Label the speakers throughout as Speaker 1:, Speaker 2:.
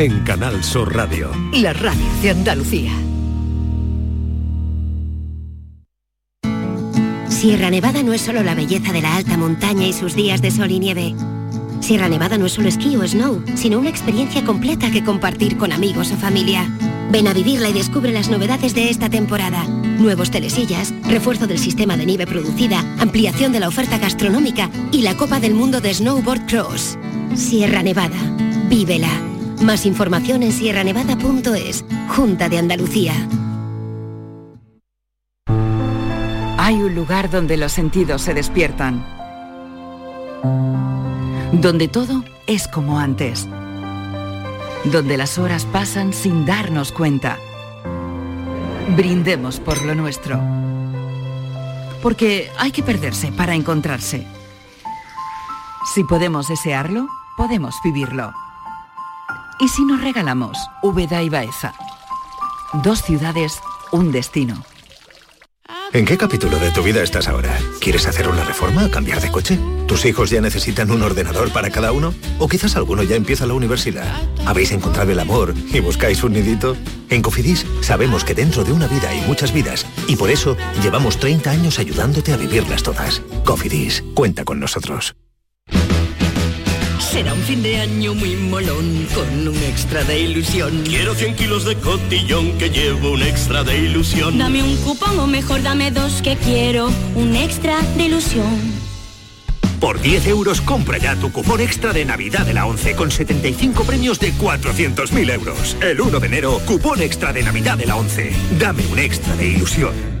Speaker 1: En Canal Sur Radio.
Speaker 2: La radio de Andalucía.
Speaker 3: Sierra Nevada no es solo la belleza de la alta montaña y sus días de sol y nieve. Sierra Nevada no es solo esquí o snow, sino una experiencia completa que compartir con amigos o familia. Ven a vivirla y descubre las novedades de esta temporada. Nuevos telesillas, refuerzo del sistema de nieve producida, ampliación de la oferta gastronómica y la Copa del Mundo de Snowboard Cross. Sierra Nevada, vívela. Más información en sierranevada.es, Junta de Andalucía.
Speaker 4: Hay un lugar donde los sentidos se despiertan, donde todo es como antes, donde las horas pasan sin darnos cuenta. Brindemos por lo nuestro, porque hay que perderse para encontrarse. Si podemos desearlo, podemos vivirlo. ¿Y si nos regalamos Úbeda y Baeza? Dos ciudades, un destino.
Speaker 5: ¿En qué capítulo de tu vida estás ahora? ¿Quieres hacer una reforma o cambiar de coche? ¿Tus hijos ya necesitan un ordenador para cada uno? ¿O quizás alguno ya empieza la universidad? ¿Habéis encontrado el amor y buscáis un nidito? En Cofidis sabemos que dentro de una vida hay muchas vidas y por eso llevamos 30 años ayudándote a vivirlas todas. Cofidis, cuenta con nosotros.
Speaker 6: Será un fin de año muy molón con un extra de ilusión.
Speaker 7: Quiero 100 kilos de cotillón que llevo un extra de ilusión.
Speaker 8: Dame un cupón o mejor dame dos que quiero un extra de ilusión.
Speaker 9: Por 10 euros compra ya tu cupón extra de Navidad de la 11 con 75 premios de 400.000 euros. El 1 de enero, cupón extra de Navidad de la 11. Dame un extra de ilusión.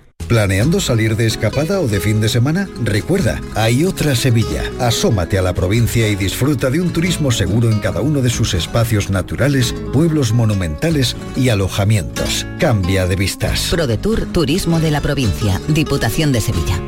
Speaker 10: ¿Planeando salir de escapada o de fin de semana? Recuerda, hay otra Sevilla. Asómate a la provincia y disfruta de un turismo seguro en cada uno de sus espacios naturales, pueblos monumentales y alojamientos. Cambia de vistas.
Speaker 11: ProDetour Turismo de la Provincia, Diputación de Sevilla.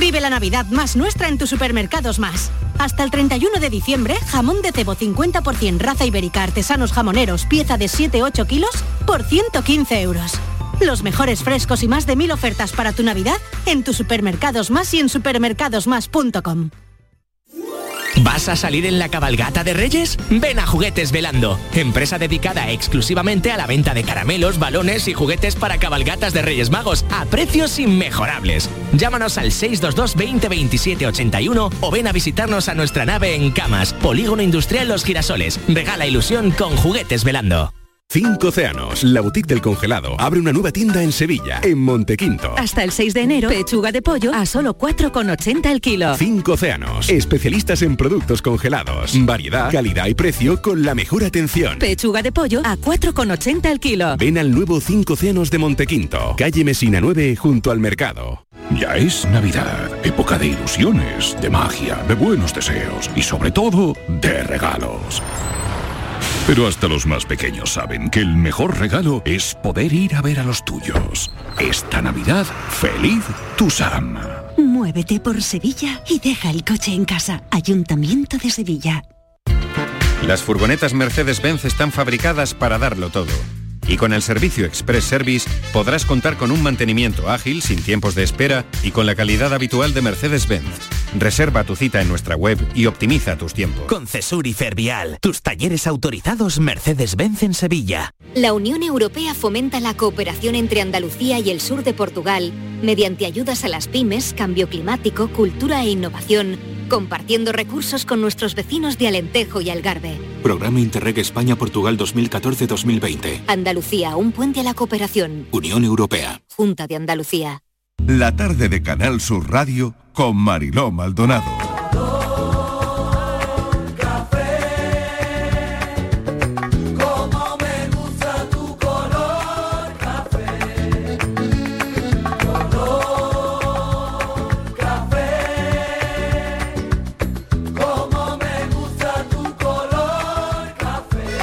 Speaker 12: Vive la Navidad más nuestra en tus supermercados más. Hasta el 31 de diciembre, jamón de cebo 50% raza ibérica artesanos jamoneros, pieza de 7-8 kilos, por 115 euros. Los mejores frescos y más de mil ofertas para tu Navidad en tus supermercados más y en supermercadosmás.com.
Speaker 13: ¿Vas a salir en la cabalgata de Reyes? Ven a Juguetes Velando, empresa dedicada exclusivamente a la venta de caramelos, balones y juguetes para cabalgatas de Reyes Magos a precios inmejorables. Llámanos al 622 20 27 81 o ven a visitarnos a nuestra nave en Camas, Polígono Industrial Los Girasoles. Regala ilusión con Juguetes Velando.
Speaker 14: Cinco Océanos, la boutique del congelado, abre una nueva tienda en Sevilla, en Montequinto.
Speaker 15: Hasta el 6 de enero, pechuga de pollo a solo 4,80 el kilo.
Speaker 14: Cinco Océanos, especialistas en productos congelados, variedad, calidad y precio con la mejor atención.
Speaker 15: Pechuga de pollo a 4,80 el kilo.
Speaker 14: Ven al nuevo Cinco Océanos de Montequinto, calle Mesina 9, junto al mercado.
Speaker 16: Ya es Navidad, época de ilusiones, de magia, de buenos deseos y sobre todo, de regalos. Pero hasta los más pequeños saben que el mejor regalo es poder ir a ver a los tuyos. Esta Navidad, feliz tu Sam.
Speaker 17: Muévete por Sevilla y deja el coche en casa. Ayuntamiento de Sevilla.
Speaker 18: Las furgonetas Mercedes-Benz están fabricadas para darlo todo. Y con el servicio Express Service podrás contar con un mantenimiento ágil, sin tiempos de espera y con la calidad habitual de Mercedes-Benz. Reserva tu cita en nuestra web y optimiza tus tiempos.
Speaker 19: Con Cesur y Fervial, tus talleres autorizados Mercedes-Benz en Sevilla.
Speaker 5: La Unión Europea fomenta la cooperación entre Andalucía y el sur de Portugal mediante ayudas a las pymes, cambio climático, cultura e innovación, compartiendo recursos con nuestros vecinos de Alentejo y Algarve.
Speaker 3: Programa Interreg España-Portugal 2014-2020.
Speaker 5: Andalucía, un puente a la cooperación.
Speaker 3: Unión Europea.
Speaker 5: Junta de Andalucía.
Speaker 4: La tarde de Canal Sur Radio con Mariló Maldonado.
Speaker 9: Café,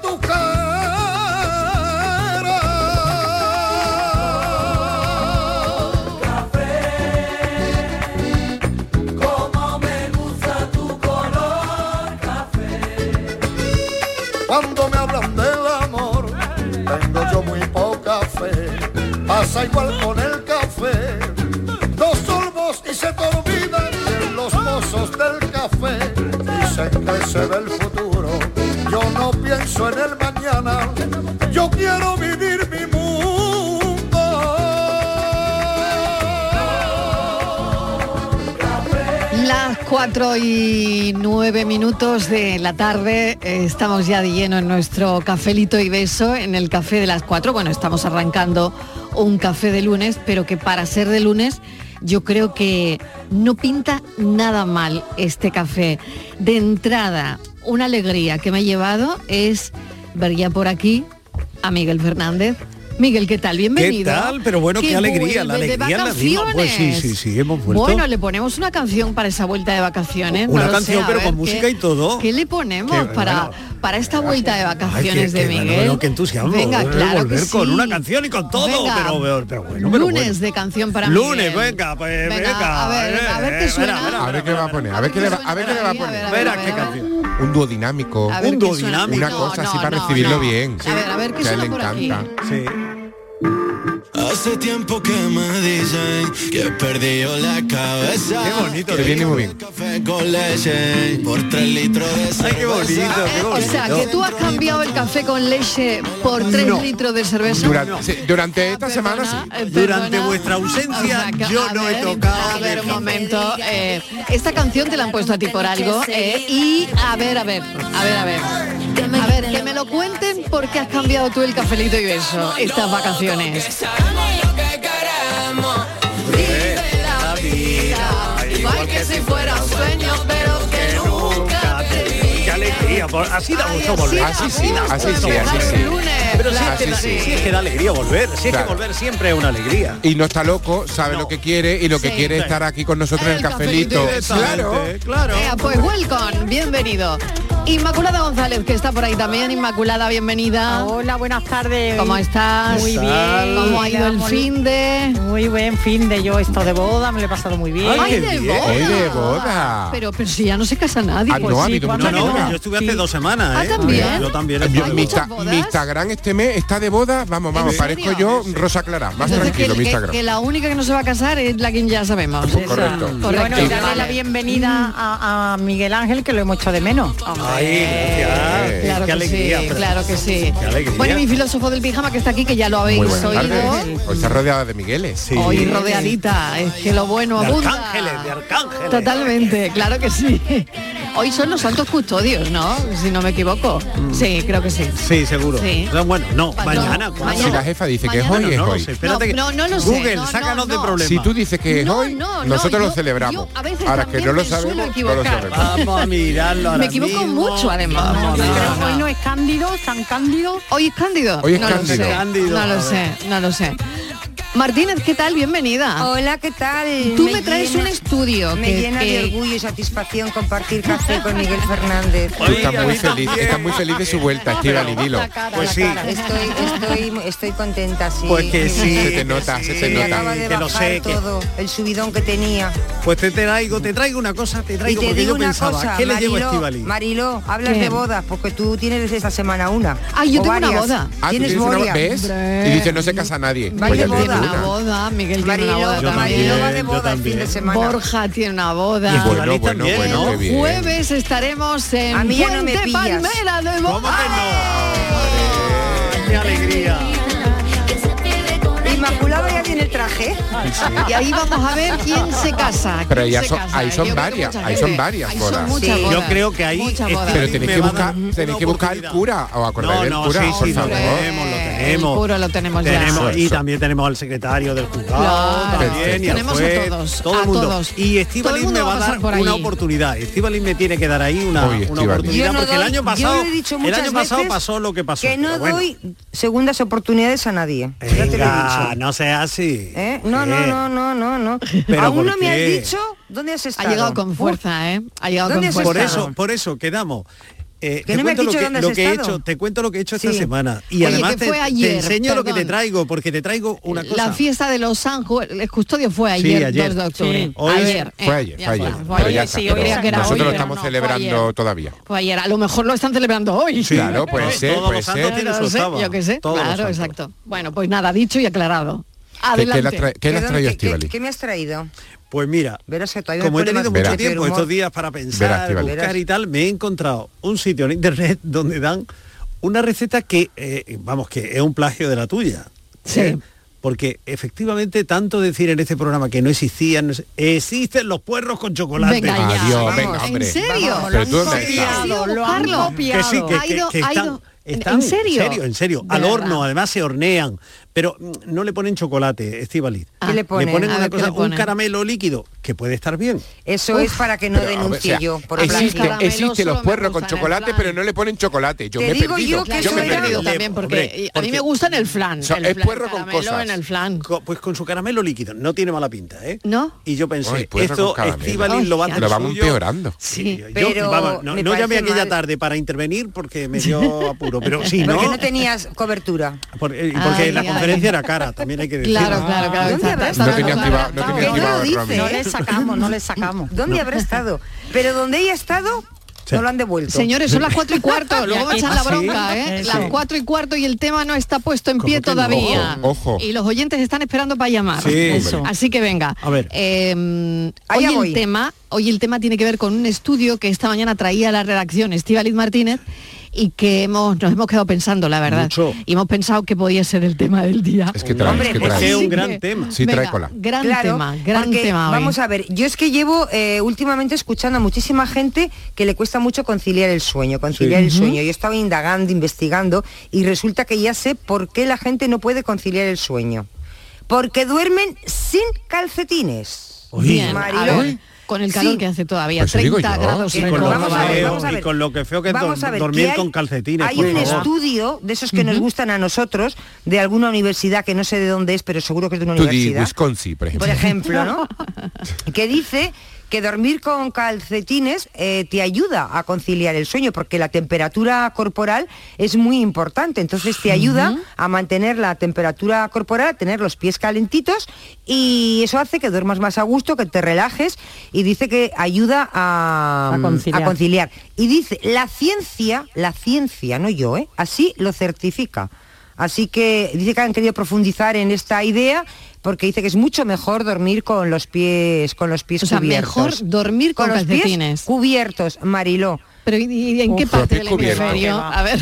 Speaker 20: tu
Speaker 11: Como me gusta tu color
Speaker 20: Cuando me hablan del amor, tengo yo muy poca fe. Pasa igual con el café. Dos sorbos y se te olvidan de los pozos del café. Dicen que se ve el futuro. Yo no pienso en el mañana. Yo quiero vivir mi mundo.
Speaker 21: Las 4 y 9 minutos de la tarde, eh, estamos ya de lleno en nuestro cafelito y beso, en el café de las 4. Bueno, estamos arrancando un café de lunes, pero que para ser de lunes yo creo que no pinta nada mal este café. De entrada, una alegría que me he llevado es ver ya por aquí a Miguel Fernández. Miguel, ¿qué tal? Bienvenido.
Speaker 5: ¿Qué tal? Pero bueno,
Speaker 21: Que
Speaker 5: qué alegría, la
Speaker 21: vuelve de
Speaker 5: alegría es la misma. Pues sí,
Speaker 21: vacaciones.
Speaker 5: sí, sí, hemos vuelto.
Speaker 21: Bueno, le ponemos una canción para esa vuelta de vacaciones.
Speaker 5: Una
Speaker 21: no lo
Speaker 5: canción,
Speaker 21: sé, a
Speaker 5: pero
Speaker 21: ver
Speaker 5: con
Speaker 21: qué-
Speaker 5: música y todo.
Speaker 21: ¿Qué le ponemos
Speaker 5: Qué-
Speaker 21: para, para esta vuelta de
Speaker 5: Ay, qué,
Speaker 21: vacaciones
Speaker 5: qué
Speaker 21: de Miguel?
Speaker 5: bárbaro, qué entusiasmo.
Speaker 21: Venga,
Speaker 5: volver,
Speaker 21: claro
Speaker 5: volver
Speaker 21: que
Speaker 5: con
Speaker 21: sí.
Speaker 5: una canción y con todo,
Speaker 21: Venga.
Speaker 5: pero, pero- pero bueno, pero
Speaker 21: Lunes de canción para
Speaker 5: Lunes,
Speaker 21: Miguel.
Speaker 5: venga, eh,
Speaker 21: A
Speaker 5: pues,
Speaker 21: ver, a ver qué suena.
Speaker 22: A ver qué va a poner, a ver qué le va, a ver qué le va a poner.
Speaker 5: qué canción.
Speaker 22: Un dúo dinámico.
Speaker 21: A ver
Speaker 22: Un
Speaker 21: qué suena.
Speaker 22: Una
Speaker 21: No,
Speaker 22: cosa así
Speaker 21: no,
Speaker 22: para
Speaker 21: no,
Speaker 22: recibirlo
Speaker 21: no.
Speaker 22: bien.
Speaker 21: A ver, a ver qué
Speaker 22: Que a él
Speaker 21: suena
Speaker 22: le
Speaker 21: por aquí.
Speaker 22: encanta.
Speaker 5: Sí.
Speaker 23: Hace tiempo que me dicen que he perdido la cabeza. Qué bonito.
Speaker 22: Te viene muy bien.
Speaker 23: Café con leche por tres litros de cerveza. Ay, qué bonito,
Speaker 21: Eh, O sea, que tú has cambiado el café con leche por 3
Speaker 22: No.
Speaker 21: litros de cerveza.
Speaker 22: Durante, sí, durante
Speaker 21: Ah,
Speaker 22: esta semana sí.
Speaker 21: eh, Durante
Speaker 5: vuestra ausencia
Speaker 21: yo no he tocado. A ver, un momento. eh, esta canción te la han puesto a ti por algo. eh, y a ver, a ver, a ver, a ver. A ver, que me lo cuenten porque has cambiado tú el cafelito y beso estas vacaciones.
Speaker 11: la vida, igual que si fuera un sueño, pero que nunca
Speaker 5: Qué alegría, por- así da gusto volver.
Speaker 22: Así sí, así sí, así sí.
Speaker 5: Pero sí, es que
Speaker 22: Así
Speaker 5: da,
Speaker 22: sí.
Speaker 5: sí es que da alegría volver, sí es que
Speaker 22: Claro.
Speaker 5: volver siempre es una alegría.
Speaker 22: Y no está loco, sabe lo que quiere y lo que
Speaker 5: Sí.
Speaker 22: quiere es estar aquí con nosotros en el cafelito. Claro.
Speaker 5: claro.
Speaker 21: Venga, pues welcome, bienvenido. Inmaculada González, que está por ahí también. Inmaculada, bienvenida. Hola, buenas tardes. ¿Cómo estás?
Speaker 24: Muy bien.
Speaker 21: ¿Cómo ha ido el
Speaker 24: Muy-
Speaker 21: fin de?
Speaker 24: Muy buen fin de yo, esto de boda, me lo he pasado muy bien.
Speaker 21: Ay, Ay, de qué bien. boda.
Speaker 22: Hoy de boda.
Speaker 21: Pero, pero si ya no se casa nadie.
Speaker 5: Ah, no, no, yo estuve hace dos semanas,
Speaker 21: Ah,
Speaker 5: ¿eh?
Speaker 21: ¿también?
Speaker 5: Yo también.
Speaker 22: Yo-
Speaker 5: estuve.
Speaker 22: mi, Insta- mi Instagram este mes está de boda, vamos, vamos, parezco yo Rosa Clara, más
Speaker 21: Entonces, que,
Speaker 22: tranquilo mi
Speaker 21: que-
Speaker 22: Instagram.
Speaker 21: que la única que no se va a casar es la que ya sabemos.
Speaker 22: Correcto.
Speaker 24: Y bueno, y darle la bienvenida a, a Miguel Ángel, que lo hemos hecho de menos.
Speaker 5: Ay,
Speaker 22: Eh,
Speaker 5: gracias.
Speaker 21: Claro
Speaker 5: qué
Speaker 21: que
Speaker 5: alegría.
Speaker 21: sí,
Speaker 5: pero-
Speaker 21: claro que sí.
Speaker 22: Qué alegría.
Speaker 21: Bueno, mi filósofo del pijama que está aquí, que ya lo habéis
Speaker 22: Muy buenas
Speaker 21: oído.
Speaker 22: tardes. Hoy está rodeada de ¿eh? Migueles.
Speaker 21: Hoy rodeadita, es que lo bueno
Speaker 22: De
Speaker 21: abunda.
Speaker 22: arcángeles, de
Speaker 5: arcángeles.
Speaker 21: Totalmente, claro que sí. Hoy son los santos custodios, ¿no? Si no me equivoco.
Speaker 22: Mm.
Speaker 21: Sí, creo que sí.
Speaker 5: Sí, seguro.
Speaker 21: Sí.
Speaker 5: Pero Bueno, no, mañana. ¿cuándo?
Speaker 22: Si la jefa dice que es hoy, es
Speaker 5: No, no lo
Speaker 22: hoy.
Speaker 5: sé, espérate que-
Speaker 21: No, no lo sé,
Speaker 5: Google,
Speaker 21: no, no,
Speaker 5: sácanos de
Speaker 21: no.
Speaker 5: problemas.
Speaker 22: Si tú dices que es hoy,
Speaker 21: no, no,
Speaker 22: nosotros
Speaker 21: yo-
Speaker 22: lo celebramos.
Speaker 21: yo a veces
Speaker 22: Ahora que no
Speaker 21: también
Speaker 22: lo
Speaker 21: me suelo
Speaker 22: sabemos, no lo
Speaker 21: equivocar.
Speaker 22: sabemos.
Speaker 5: Vamos a mirarlo ahora
Speaker 21: Me equivoco
Speaker 5: mismo.
Speaker 21: mucho además.
Speaker 5: Vamos a mirar.
Speaker 21: hoy no es Cándido, San Cándido. Hoy es Cándido.
Speaker 5: Hoy es
Speaker 21: no
Speaker 5: Cándido.
Speaker 21: Lo sé.
Speaker 5: Cándido,
Speaker 21: No
Speaker 5: a
Speaker 21: lo
Speaker 5: ver.
Speaker 21: sé, no lo sé. Martínez, ¿qué tal? Bienvenida.
Speaker 25: Hola, ¿qué tal?
Speaker 21: Tú me, traes un estudio
Speaker 25: Me
Speaker 21: que,
Speaker 25: llena de
Speaker 21: que-
Speaker 25: orgullo y satisfacción compartir café con Miguel Fernández.
Speaker 22: Tú estás muy feliz, estás muy feliz de su vuelta, Estivali, dilo.
Speaker 5: Pues sí.
Speaker 25: Estoy, estoy, estoy contenta, sí.
Speaker 5: Pues que sí.
Speaker 22: Se te nota, se te
Speaker 25: Me acaba
Speaker 22: nota.
Speaker 25: de
Speaker 5: Que lo
Speaker 25: bajar
Speaker 5: sé, que-
Speaker 25: todo, el subidón que tenía.
Speaker 5: Pues te traigo, te traigo una cosa, te
Speaker 25: Y
Speaker 5: traigo
Speaker 25: te
Speaker 5: porque
Speaker 25: digo
Speaker 5: yo
Speaker 25: una
Speaker 5: pensaba,
Speaker 25: cosa,
Speaker 5: ¿qué le llevo a
Speaker 25: Mariló,
Speaker 5: Estivali?
Speaker 25: Mariló, hablas
Speaker 5: ¿Qué?
Speaker 25: de bodas, porque tú tienes esta semana una.
Speaker 21: Ah, yo
Speaker 25: o
Speaker 21: tengo una
Speaker 25: varias.
Speaker 21: boda.
Speaker 22: Ah, ¿tú
Speaker 25: Tienes
Speaker 22: tienes una-
Speaker 25: boda.
Speaker 22: ¿Ves? Y dice, no se casa nadie.
Speaker 21: Vaya
Speaker 22: Pues ya tienes
Speaker 21: tiene una
Speaker 22: una.
Speaker 21: boda, Miguel tiene una
Speaker 25: Mariló-
Speaker 21: boda
Speaker 25: Mariló
Speaker 21: también.
Speaker 25: va de
Speaker 22: yo
Speaker 25: boda el fin de
Speaker 22: también.
Speaker 25: semana.
Speaker 21: Borja tiene una boda.
Speaker 22: Bueno, bueno,
Speaker 5: también,
Speaker 22: bueno,
Speaker 5: ¿no?
Speaker 22: qué bien.
Speaker 21: Jueves estaremos en
Speaker 25: A mí ya no me
Speaker 21: Puente
Speaker 25: pillas.
Speaker 21: Palmera de Bo-
Speaker 5: ¡Qué alegría!
Speaker 25: Inmaculada ya tiene el traje.
Speaker 21: Y ahí vamos a ver quién se casa.
Speaker 22: Pero
Speaker 21: quién
Speaker 22: ya
Speaker 21: se
Speaker 22: son-
Speaker 21: casa. ¿eh?
Speaker 22: ahí
Speaker 21: Yo
Speaker 22: son
Speaker 21: creo que
Speaker 22: varias,
Speaker 21: mucha
Speaker 22: ahí son
Speaker 21: gente.
Speaker 22: varias
Speaker 21: Ahí son
Speaker 22: bodas.
Speaker 21: muchas
Speaker 5: Yo
Speaker 21: bodas.
Speaker 5: creo que ahí
Speaker 21: Muchas bodas.
Speaker 5: este,
Speaker 22: Pero tenéis
Speaker 5: me
Speaker 22: que
Speaker 5: va a
Speaker 22: buscar,
Speaker 5: dar
Speaker 22: tenéis
Speaker 5: una
Speaker 22: que buscar el
Speaker 5: oportunidad.
Speaker 22: cura, ¿os acordáis
Speaker 5: No,
Speaker 22: del
Speaker 5: no,
Speaker 22: cura?
Speaker 5: sí,
Speaker 22: por
Speaker 5: sí, lo
Speaker 22: favor.
Speaker 5: tenemos, lo
Speaker 21: El
Speaker 5: tenemos.
Speaker 21: cura lo tenemos ya.
Speaker 5: Tenemos, y
Speaker 22: Eso.
Speaker 5: también tenemos al secretario del juzgado
Speaker 21: Claro,
Speaker 5: también, y al
Speaker 21: tenemos a
Speaker 5: juez,
Speaker 21: todos,
Speaker 5: todo
Speaker 21: a
Speaker 5: el mundo
Speaker 21: todos.
Speaker 5: y
Speaker 21: Todo el
Speaker 5: Estivaliz
Speaker 21: mundo va
Speaker 5: me
Speaker 21: a
Speaker 5: va a
Speaker 21: pasar
Speaker 5: dar
Speaker 21: por
Speaker 5: una
Speaker 21: allí.
Speaker 5: oportunidad Estivaliz me tiene que dar ahí una,
Speaker 22: Oye,
Speaker 5: una
Speaker 22: Estíbaliz.
Speaker 5: oportunidad
Speaker 25: Yo no
Speaker 5: porque el
Speaker 25: doy-
Speaker 5: año
Speaker 25: yo
Speaker 5: pasado
Speaker 25: lo he dicho
Speaker 5: el
Speaker 25: muchas
Speaker 5: año pasado
Speaker 25: veces
Speaker 5: pasó lo que pasó
Speaker 25: Que no
Speaker 5: pero bueno.
Speaker 25: doy segundas oportunidades a nadie. Ya te lo he
Speaker 5: Venga,
Speaker 25: dicho.
Speaker 5: no sea así
Speaker 25: ¿Eh? No, no,
Speaker 5: Eh,
Speaker 25: no, no, no, no.
Speaker 5: ¿Pero
Speaker 25: Aún
Speaker 5: por
Speaker 25: no me has
Speaker 5: qué?
Speaker 25: dicho dónde has estado.
Speaker 21: Ha llegado con
Speaker 25: Uy,
Speaker 21: fuerza, ¿eh? Ha llegado
Speaker 25: ¿Dónde
Speaker 21: con
Speaker 25: has
Speaker 21: fuerza.
Speaker 5: por
Speaker 25: estado?
Speaker 5: eso por eso quedamos Eh,
Speaker 25: Que no me has
Speaker 5: cuento
Speaker 25: dicho
Speaker 5: lo, que,
Speaker 25: dónde has
Speaker 5: lo que he
Speaker 25: estado.
Speaker 5: hecho te cuento lo que he hecho esta
Speaker 25: Sí.
Speaker 5: semana y
Speaker 21: Oye,
Speaker 5: además
Speaker 21: que
Speaker 5: te,
Speaker 21: fue
Speaker 5: te
Speaker 21: ayer,
Speaker 5: enseño lo que te
Speaker 21: perdón.
Speaker 5: traigo porque te traigo una cosa
Speaker 21: La fiesta de los Sanjos, el custodio fue ayer,
Speaker 5: Sí,
Speaker 21: 2
Speaker 5: ayer.
Speaker 21: de octubre.
Speaker 5: Sí. Hoy-
Speaker 21: ayer, eh,
Speaker 22: Fue ayer,
Speaker 21: ya
Speaker 22: fue ayer.
Speaker 21: está, fue
Speaker 22: Pero
Speaker 21: ayer,
Speaker 22: ya está,
Speaker 21: sí, yo
Speaker 22: pero
Speaker 21: creía que era hoy,
Speaker 22: nosotros lo
Speaker 21: pero
Speaker 22: estamos
Speaker 21: no, fue
Speaker 22: celebrando
Speaker 21: ayer.
Speaker 22: todavía.
Speaker 21: Fue ayer, a lo mejor lo están celebrando hoy.
Speaker 22: Sí, Claro, puede
Speaker 5: Todos
Speaker 22: ser,
Speaker 5: los
Speaker 22: puede
Speaker 5: santos
Speaker 22: ser.
Speaker 5: tienen
Speaker 21: No
Speaker 5: su
Speaker 21: lo sé,
Speaker 5: octavo.
Speaker 21: yo qué sé.
Speaker 5: Todos los
Speaker 21: claro,
Speaker 5: santos.
Speaker 21: exacto. Bueno, pues nada, dicho y aclarado.
Speaker 22: ¿Qué, qué le has
Speaker 21: Adelante.
Speaker 22: tra- qué le has
Speaker 25: perdón,
Speaker 22: traído
Speaker 25: ¿qué-
Speaker 22: Estivali?
Speaker 25: qué, qué me has traído?
Speaker 5: Pues mira,
Speaker 25: Verás que todavía
Speaker 5: como he
Speaker 25: me
Speaker 5: tenido
Speaker 25: problemas
Speaker 5: mucho
Speaker 25: con el
Speaker 5: tiempo
Speaker 25: humor.
Speaker 5: estos días para
Speaker 22: Verás,
Speaker 5: pensar,
Speaker 22: Estíbaliz.
Speaker 5: buscar y tal, me he encontrado un sitio en internet donde dan una receta que, eh, vamos, que es un plagio de la tuya.
Speaker 21: Sí.
Speaker 5: ¿eh? Porque efectivamente tanto decir en este programa que no existían, no sé- existen los puerros con chocolate.
Speaker 21: Venga ya.
Speaker 22: Adiós,
Speaker 21: vamos.
Speaker 22: venga, hombre.
Speaker 21: ¿En serio?
Speaker 22: Vamos, Pero tú dónde has
Speaker 21: Ha
Speaker 22: estado.
Speaker 21: sido
Speaker 5: Lo
Speaker 21: buscarlo.
Speaker 5: Que sí, que,
Speaker 21: Ha
Speaker 5: que-
Speaker 21: ido-
Speaker 5: que
Speaker 21: ha
Speaker 5: están,
Speaker 21: ido-
Speaker 5: están-
Speaker 21: ¿En serio?
Speaker 5: en serio, en serio, al
Speaker 21: De verdad.
Speaker 5: horno, además se hornean, pero mm, no le ponen chocolate, Estivaliz.
Speaker 25: ¿Qué le ponen?
Speaker 5: Le ponen
Speaker 21: A
Speaker 5: una
Speaker 21: ver, Ah. ¿qué
Speaker 5: cosa,
Speaker 21: le ponen?
Speaker 5: un caramelo líquido que puede estar bien.
Speaker 25: Eso es para que no
Speaker 22: Pero, o
Speaker 25: denuncie
Speaker 22: sea,
Speaker 25: yo por
Speaker 22: existe,
Speaker 25: plagio.
Speaker 21: caramelo
Speaker 22: existe
Speaker 21: solo
Speaker 22: los
Speaker 21: me
Speaker 22: puerros
Speaker 21: gustan,
Speaker 22: con
Speaker 21: el
Speaker 22: chocolate,
Speaker 21: flan.
Speaker 22: pero no le ponen chocolate. Yo
Speaker 25: Te
Speaker 22: me he
Speaker 25: digo
Speaker 22: perdido.
Speaker 25: yo que
Speaker 21: Claro,
Speaker 22: yo
Speaker 25: eso
Speaker 22: me he
Speaker 21: yo he
Speaker 25: era-
Speaker 21: perdido
Speaker 22: perdido.
Speaker 21: también porque
Speaker 5: Hombre,
Speaker 21: y- a
Speaker 5: porque-
Speaker 21: mí me gusta en el flan.
Speaker 22: So-
Speaker 21: el
Speaker 22: es
Speaker 21: flan,
Speaker 22: puerro con
Speaker 21: caramelo
Speaker 22: cosas.
Speaker 21: en el flan.
Speaker 5: Co- pues con su caramelo líquido, no tiene mala pinta, ¿eh?
Speaker 21: ¿No?
Speaker 5: Y yo pensé,
Speaker 22: Ay, pues
Speaker 5: esto
Speaker 22: con caramelo.
Speaker 5: Estivaliz lo va a
Speaker 22: Ay,
Speaker 5: hacer
Speaker 22: lo vamos
Speaker 5: suyo.
Speaker 22: empeorando.
Speaker 5: Sí, yo-
Speaker 25: Pero
Speaker 5: vamos, no,
Speaker 25: me
Speaker 5: no llamé
Speaker 25: parece
Speaker 5: aquella
Speaker 25: mal.
Speaker 5: tarde para intervenir porque me dio apuro, pero sí, ¿no?
Speaker 25: Porque no tenías cobertura.
Speaker 5: Por- eh, Porque,
Speaker 21: Ay,
Speaker 5: la
Speaker 21: ay.
Speaker 5: conferencia era cara, también hay que decir. Ah,
Speaker 21: Claro, claro, claro.
Speaker 25: ¿Dónde
Speaker 21: está-
Speaker 25: habrá
Speaker 21: está-
Speaker 25: estado?
Speaker 22: No tenía
Speaker 21: está-
Speaker 22: activado-
Speaker 21: está-
Speaker 22: no tenía
Speaker 25: ¿Qué
Speaker 22: activado
Speaker 25: no
Speaker 22: el
Speaker 25: dice?
Speaker 22: roaming.
Speaker 25: No
Speaker 26: No
Speaker 22: ¿eh?
Speaker 26: le sacamos, no le sacamos.
Speaker 25: ¿Dónde habrá estado? Pero donde ella ha estado,
Speaker 5: Sí.
Speaker 25: no lo han devuelto.
Speaker 21: Señores, son las cuatro y cuarto, luego va a echar la
Speaker 5: ¿Ah, sí?
Speaker 21: bronca, ¿eh?
Speaker 5: Sí.
Speaker 21: Las cuatro y cuarto y el tema no está puesto en
Speaker 5: ¿Cómo
Speaker 21: pie
Speaker 5: que no?
Speaker 21: todavía.
Speaker 22: Ojo, ojo.
Speaker 21: Y los oyentes están esperando para llamar.
Speaker 5: Sí, Eso.
Speaker 21: Eso. Así que venga.
Speaker 5: A ver.
Speaker 21: Eh, hoy
Speaker 25: Allá
Speaker 21: el
Speaker 25: voy.
Speaker 21: tema, hoy el tema tiene que ver con un estudio que esta mañana traía la redacción Estíbaliz Martínez y que hemos, nos hemos quedado pensando, la verdad.
Speaker 5: Mucho.
Speaker 21: Y hemos pensado que podía ser el tema del día.
Speaker 22: Es que trae,
Speaker 25: Hombre,
Speaker 22: es que
Speaker 25: pues
Speaker 22: trae.
Speaker 5: sí. Es un
Speaker 21: Así
Speaker 5: gran
Speaker 21: que,
Speaker 5: tema.
Speaker 22: Sí, trae
Speaker 21: venga,
Speaker 22: cola.
Speaker 21: Gran
Speaker 25: Claro,
Speaker 21: tema, gran
Speaker 25: porque,
Speaker 21: tema hoy.
Speaker 25: Vamos a ver, yo es que llevo eh, últimamente escuchando a muchísima gente que le cuesta mucho conciliar el sueño, conciliar el sueño. Yo estaba indagando, investigando y resulta que ya sé por qué la gente no puede conciliar el sueño. Porque duermen sin calcetines.
Speaker 21: Bien, a
Speaker 25: Mariló.
Speaker 21: ver, ¿eh? con el calor
Speaker 25: Sí.
Speaker 21: que hace todavía,
Speaker 22: Pues eso digo
Speaker 21: 30
Speaker 22: yo.
Speaker 21: grados
Speaker 5: Y
Speaker 21: en
Speaker 5: con lo
Speaker 25: Vamos a ver,
Speaker 5: feo,
Speaker 25: vamos a
Speaker 5: y
Speaker 25: ver.
Speaker 5: con lo que feo que es
Speaker 25: Vamos
Speaker 5: dor-
Speaker 25: a ver,
Speaker 5: dormir
Speaker 25: que hay-
Speaker 5: con calcetines,
Speaker 25: Hay
Speaker 5: por
Speaker 25: un
Speaker 5: favor.
Speaker 25: estudio de esos que nos gustan a nosotros, de alguna universidad que no sé de dónde es, pero seguro que es de una
Speaker 22: Tú di
Speaker 25: universidad.
Speaker 22: Wisconsin, por ejemplo.
Speaker 25: por ejemplo, ¿no? que dice que dormir con calcetines eh, te ayuda a conciliar el sueño porque la temperatura corporal es muy importante. Entonces te ayuda a mantener la temperatura corporal, a tener los pies calentitos y eso hace que duermas más a gusto, que te relajes y dice que ayuda a,
Speaker 26: A conciliar.
Speaker 25: a conciliar. Y dice, la ciencia, la ciencia, no yo, ¿eh? así lo certifica. Así que dice que han querido profundizar en esta idea porque dice que es mucho mejor dormir con los pies con los pies
Speaker 21: O sea,
Speaker 25: cubiertos.
Speaker 21: mejor dormir con
Speaker 25: los pies
Speaker 21: calcetines.
Speaker 25: cubiertos, Mariló.
Speaker 21: Pero ¿y- ¿y en qué
Speaker 22: Uf,
Speaker 21: parte
Speaker 22: lo
Speaker 21: del
Speaker 22: he cubierto.
Speaker 21: hemisferio? A ver.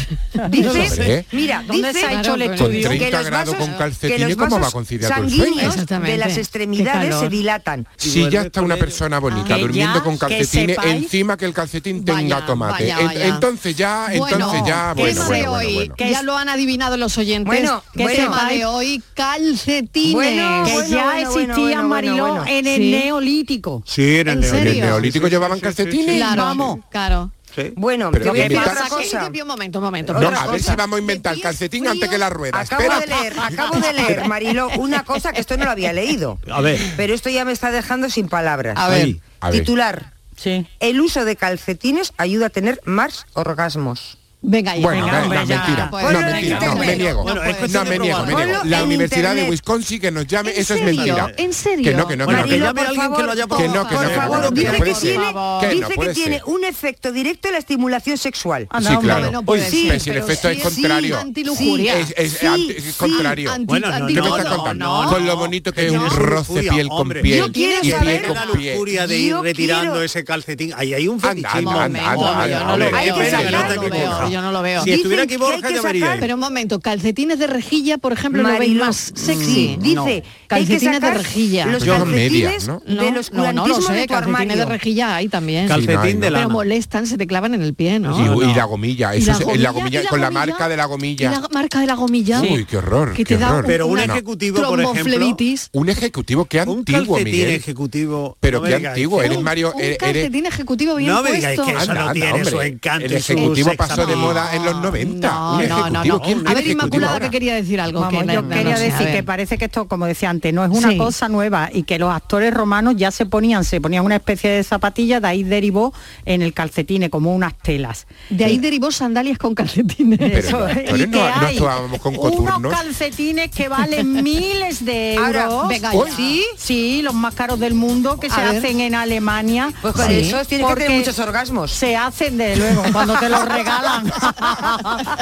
Speaker 25: Dice,
Speaker 22: Hombre.
Speaker 25: mira,
Speaker 26: ¿Dónde
Speaker 25: dice
Speaker 26: se ha hecho el
Speaker 21: Claro,
Speaker 26: estudio?
Speaker 22: Con
Speaker 26: Que
Speaker 22: 30
Speaker 25: los
Speaker 22: grados
Speaker 25: vasos-
Speaker 22: ¿Eh? con
Speaker 25: que
Speaker 22: calcetines,
Speaker 25: los
Speaker 22: ¿cómo va a
Speaker 25: vasos
Speaker 22: conciliar tu sueño?
Speaker 25: sanguíneos
Speaker 21: Exactamente.
Speaker 25: de las
Speaker 21: Qué
Speaker 25: extremidades
Speaker 21: calor.
Speaker 25: se dilatan.
Speaker 22: Si ya
Speaker 5: duermes
Speaker 22: está
Speaker 5: con
Speaker 22: una
Speaker 5: ellos.
Speaker 22: persona bonita
Speaker 26: Que
Speaker 22: durmiendo
Speaker 26: ya,
Speaker 22: con
Speaker 26: que
Speaker 22: calcetines,
Speaker 26: sepáis-
Speaker 22: encima que el calcetín tenga
Speaker 21: Vaya,
Speaker 22: tomate.
Speaker 21: vaya,
Speaker 22: En-
Speaker 21: vaya.
Speaker 22: Entonces ya, Ah, entonces
Speaker 21: bueno,
Speaker 22: ya,
Speaker 21: ¿qué
Speaker 22: bueno, bueno,
Speaker 21: tema de
Speaker 22: bueno,
Speaker 21: hoy?
Speaker 22: bueno.
Speaker 21: Que Ya lo han adivinado los oyentes.
Speaker 25: Bueno,
Speaker 21: ¿Qué
Speaker 25: bueno.
Speaker 21: tema de hoy? Calcetines.
Speaker 25: Bueno,
Speaker 26: Que
Speaker 25: bueno,
Speaker 26: ya
Speaker 25: bueno,
Speaker 17: existía
Speaker 25: bueno, bueno,
Speaker 17: Mariló
Speaker 25: bueno.
Speaker 17: en el
Speaker 21: Sí.
Speaker 17: neolítico.
Speaker 5: Sí, en el
Speaker 21: ¿En
Speaker 22: ¿En
Speaker 21: serio?
Speaker 5: neolítico.
Speaker 22: el neolítico llevaban calcetines?
Speaker 21: Claro,
Speaker 17: Vamos.
Speaker 21: Claro.
Speaker 5: Sí.
Speaker 25: Bueno,
Speaker 22: Pero
Speaker 25: te voy a
Speaker 22: que
Speaker 25: decir
Speaker 21: Pasa
Speaker 25: otra
Speaker 21: que-
Speaker 25: cosa.
Speaker 21: un momento, un momento.
Speaker 22: No,
Speaker 25: Otra
Speaker 22: a ver
Speaker 25: cosa.
Speaker 22: si vamos a inventar
Speaker 21: De pies
Speaker 22: calcetín antes
Speaker 21: fríos.
Speaker 22: que la rueda.
Speaker 25: Acabo
Speaker 22: Espera.
Speaker 25: de leer, acabo de leer, Mariló, una cosa que esto no lo había leído.
Speaker 5: A ver.
Speaker 25: Pero esto ya me está dejando sin palabras.
Speaker 21: A ver.
Speaker 5: Ahí.
Speaker 22: A ver.
Speaker 25: Titular.
Speaker 26: Sí.
Speaker 25: El uso de calcetines ayuda a tener más orgasmos.
Speaker 21: Venga, ya.
Speaker 22: Bueno,
Speaker 26: Venga,
Speaker 22: no,
Speaker 26: hombre,
Speaker 22: no,
Speaker 26: ya.
Speaker 22: mentira. no,
Speaker 21: Pues,
Speaker 25: ponlo en
Speaker 22: mentira, no,
Speaker 25: internet.
Speaker 22: me niego.
Speaker 5: Bueno, es
Speaker 22: no,
Speaker 5: cuestión de
Speaker 22: me niego, me
Speaker 5: probar.
Speaker 22: niego.
Speaker 25: Ponlo
Speaker 22: La
Speaker 25: en
Speaker 22: Universidad de
Speaker 25: internet.
Speaker 22: Wisconsin que nos llame,
Speaker 21: ¿En
Speaker 22: eso es
Speaker 21: serio?
Speaker 22: mentira.
Speaker 21: ¿En serio?
Speaker 22: Que no, que no, que no.
Speaker 5: Bueno,
Speaker 22: que
Speaker 25: Marilo,
Speaker 5: llame
Speaker 25: por
Speaker 5: alguien que
Speaker 25: favor,
Speaker 5: lo haya
Speaker 25: por
Speaker 22: probado. Que no, que
Speaker 25: favor, por
Speaker 22: no, que no,
Speaker 25: favor,
Speaker 22: que no
Speaker 25: dice
Speaker 22: puede
Speaker 25: que
Speaker 22: ser.
Speaker 25: tiene,
Speaker 22: Que no
Speaker 25: dice que
Speaker 22: puede
Speaker 25: tiene
Speaker 22: ser. Ah,
Speaker 25: un efecto directo en la estimulación sexual.
Speaker 22: sí,
Speaker 26: hombre,
Speaker 22: claro.
Speaker 21: no puede
Speaker 22: Uy,
Speaker 21: ser,
Speaker 22: pero si el
Speaker 21: pero
Speaker 22: efecto
Speaker 21: sí,
Speaker 22: es
Speaker 21: sí,
Speaker 22: contrario.
Speaker 21: antilujuria.
Speaker 22: Es, es
Speaker 25: Sí,
Speaker 22: anti- es
Speaker 25: sí,
Speaker 22: contrario.
Speaker 21: anti-
Speaker 5: Bueno, no,
Speaker 21: anti-
Speaker 22: ¿Qué
Speaker 5: no,
Speaker 22: me estás
Speaker 5: no,
Speaker 22: contando?
Speaker 21: no,
Speaker 22: Con lo bonito que es
Speaker 5: No.
Speaker 22: un roce
Speaker 5: Lujuria,
Speaker 22: piel con
Speaker 5: hombre.
Speaker 22: piel.
Speaker 25: Yo quiero
Speaker 22: y
Speaker 25: saber
Speaker 22: piel
Speaker 5: la
Speaker 22: con piel.
Speaker 5: lujuria de
Speaker 25: Yo
Speaker 5: ir retirando
Speaker 25: quiero-
Speaker 5: ese calcetín. Ahí hay un
Speaker 22: Anda,
Speaker 5: fetichismo.
Speaker 22: anda, anda,
Speaker 21: No,
Speaker 22: anda,
Speaker 21: yo no
Speaker 22: anda,
Speaker 21: lo
Speaker 22: hombre.
Speaker 21: veo,
Speaker 5: Qué pena
Speaker 21: no
Speaker 5: que no
Speaker 21: lo
Speaker 5: te
Speaker 21: veo. yo no lo veo.
Speaker 5: Si estuviera aquí Borja, ya vería.
Speaker 21: Pero un momento, calcetines de rejilla, por ejemplo, lo veis
Speaker 5: Mariló.
Speaker 21: más sexy.
Speaker 5: Mm, no.
Speaker 21: Dice,
Speaker 5: que hay que
Speaker 21: calcetines de
Speaker 5: sacar
Speaker 21: rejilla.
Speaker 5: los Yo calcetines medias, ¿no?
Speaker 21: No,
Speaker 5: del
Speaker 21: no, no lo
Speaker 5: oscurantismo
Speaker 21: sé,
Speaker 5: de tu
Speaker 21: calcetines
Speaker 5: armario.
Speaker 21: de rejilla hay también.
Speaker 22: Calcetín Sí, no hay, de
Speaker 21: Pero
Speaker 22: lana.
Speaker 21: molestan, se te clavan en el pie, ¿no?
Speaker 22: y,
Speaker 21: No.
Speaker 22: y la gomilla,
Speaker 21: ¿Y
Speaker 22: eso
Speaker 21: la
Speaker 22: es- la
Speaker 21: gomilla?
Speaker 22: gomilla,
Speaker 21: ¿Y la
Speaker 22: con la
Speaker 21: gomilla?
Speaker 22: marca de la
Speaker 21: Y
Speaker 22: gomilla.
Speaker 21: la marca de la gomilla.
Speaker 22: Uy, qué horror.
Speaker 21: Que
Speaker 22: qué
Speaker 21: te da
Speaker 22: horror.
Speaker 21: un- Pero un una ejecutivo, por ejemplo, tromboflebitis.
Speaker 22: Un ejecutivo, qué antiguo,
Speaker 5: calcetín
Speaker 22: Miguel.
Speaker 5: ejecutivo.
Speaker 22: Pero
Speaker 5: no
Speaker 22: qué
Speaker 5: me digáis.
Speaker 22: antiguo, eres
Speaker 5: Un-
Speaker 22: Mario.
Speaker 21: Un
Speaker 22: eres- eres-
Speaker 21: calcetín ejecutivo bien
Speaker 5: No me
Speaker 21: puesto.
Speaker 5: digáis que eso no tiene su encanto
Speaker 22: El
Speaker 5: y su
Speaker 22: ejecutivo
Speaker 5: sex
Speaker 22: pasó de
Speaker 5: appeal.
Speaker 22: moda en los 90.
Speaker 21: No,
Speaker 22: un
Speaker 21: no,
Speaker 22: ejecutivo,
Speaker 21: no, no.
Speaker 22: ¿quién
Speaker 21: A
Speaker 22: quiere
Speaker 21: ver,
Speaker 22: ejecutivo
Speaker 21: Inmaculada,
Speaker 22: ahora?
Speaker 21: que quería decir algo.
Speaker 24: Vamos,
Speaker 21: que no-
Speaker 24: yo
Speaker 21: no- no
Speaker 24: quería
Speaker 21: sé, a
Speaker 24: decir
Speaker 21: ver.
Speaker 24: que parece que esto, como decía antes, no es una
Speaker 21: Sí.
Speaker 24: cosa nueva y que los actores romanos ya se ponían, se ponían una especie de zapatilla, de ahí derivó en el calcetine, como unas telas.
Speaker 21: De ahí derivó sandalias con calcetines.
Speaker 24: Eso
Speaker 22: Pero
Speaker 24: es.
Speaker 22: nosotros
Speaker 24: ¿Y
Speaker 22: no,
Speaker 24: qué
Speaker 22: no
Speaker 24: hay?
Speaker 22: actuábamos con coturnos.
Speaker 24: Unos calcetines que valen miles de euros.
Speaker 25: Ahora, venga ya. Uy.
Speaker 24: sí, sí, los más caros del mundo que
Speaker 25: A
Speaker 24: se
Speaker 25: ver.
Speaker 24: hacen en Alemania.
Speaker 25: Pues con esos tienes que tener
Speaker 24: porque
Speaker 25: muchos orgasmos.
Speaker 24: Se hacen de luego cuando te los regalan.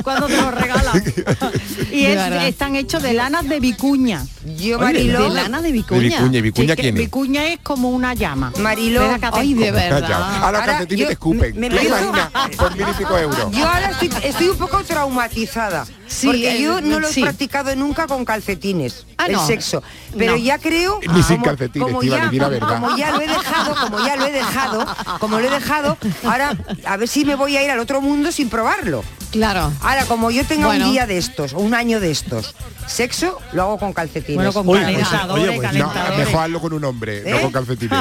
Speaker 24: cuando te los regalan. y
Speaker 25: De
Speaker 24: es-
Speaker 25: verdad.
Speaker 24: están hechos de lanas de vicuña.
Speaker 25: Yo, Mariló-
Speaker 24: de lana de
Speaker 22: vicuña. De vicuña, ¿y vicuña
Speaker 24: que
Speaker 22: quién es?
Speaker 24: Vicuña es como una llama.
Speaker 25: Mariló-
Speaker 24: Espera que hace-
Speaker 25: Ay, de verdad.
Speaker 22: Calla. A los
Speaker 25: Ahora,
Speaker 22: calcetines
Speaker 25: yo-
Speaker 22: te escupen.
Speaker 25: me-
Speaker 22: ¿Tú te
Speaker 25: me-
Speaker 22: imaginas? Por mil y pico euros.
Speaker 25: Yo ahora estoy, estoy un poco traumatizada.
Speaker 21: Sí,
Speaker 25: porque yo
Speaker 21: eh,
Speaker 25: no lo he
Speaker 21: sí.
Speaker 25: practicado nunca con calcetines.
Speaker 21: Ah,
Speaker 25: el
Speaker 21: no.
Speaker 25: sexo. Pero
Speaker 21: No.
Speaker 25: ya creo.
Speaker 22: Ni sin calcetines, Estíbaliz,
Speaker 25: ya,
Speaker 22: di la verdad.
Speaker 25: como ya lo he dejado, como ya lo he dejado, como lo he dejado, ahora a ver si me voy a ir al otro mundo sin probarlo.
Speaker 21: Claro.
Speaker 25: Ahora, como yo tenga
Speaker 21: Bueno.
Speaker 25: un día de estos, o un año de estos, sexo lo hago con calcetines.
Speaker 22: Bueno, con Uy, pues, calentadores, oye, pues, no, calentadores. mejor hazlo
Speaker 25: con un hombre,
Speaker 22: no con calcetines.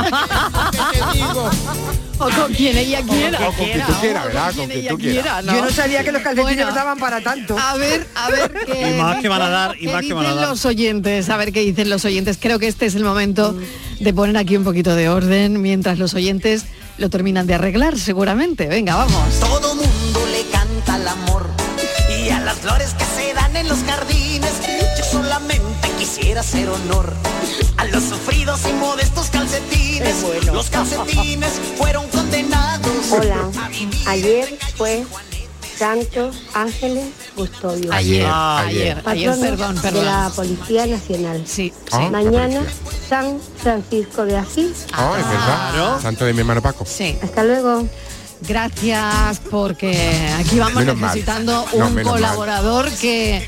Speaker 21: O con quien ella quiera.
Speaker 22: O con quien tú quieras, ¿verdad? Con quien tú quieras.
Speaker 25: Yo no sabía que los calcetines
Speaker 21: Bueno.
Speaker 25: daban para tanto.
Speaker 21: Ah. A ver, a ver qué.
Speaker 5: Y más que van a dar, y
Speaker 21: Eh, qué
Speaker 5: más que van a
Speaker 21: dicen
Speaker 5: dar.
Speaker 21: los oyentes, a ver qué dicen los oyentes. Creo que este es el momento de poner aquí un poquito de orden mientras los oyentes lo terminan de arreglar, seguramente. Venga, vamos.
Speaker 25: Todo mundo le canta al amor y a las flores que se dan en los jardines. Yo solamente quisiera hacer honor a los sufridos y modestos calcetines. Los calcetines fueron condenados.
Speaker 26: Hola, ayer fue Santos Ángeles Custodio.
Speaker 25: Ayer, Ah, ayer. ayer,
Speaker 26: Patrono
Speaker 25: ayer, perdón,
Speaker 26: De
Speaker 25: perdón.
Speaker 26: la Policía Nacional.
Speaker 22: sí.
Speaker 26: Sí.
Speaker 22: Ah,
Speaker 26: Mañana San Francisco de Asís.
Speaker 22: Ah, es verdad. Santo de mi hermano Paco.
Speaker 21: Sí.
Speaker 26: Hasta luego.
Speaker 21: Gracias, porque aquí vamos
Speaker 22: Menos mal.
Speaker 21: necesitando
Speaker 22: No,
Speaker 21: un
Speaker 22: menos mal.
Speaker 21: colaborador que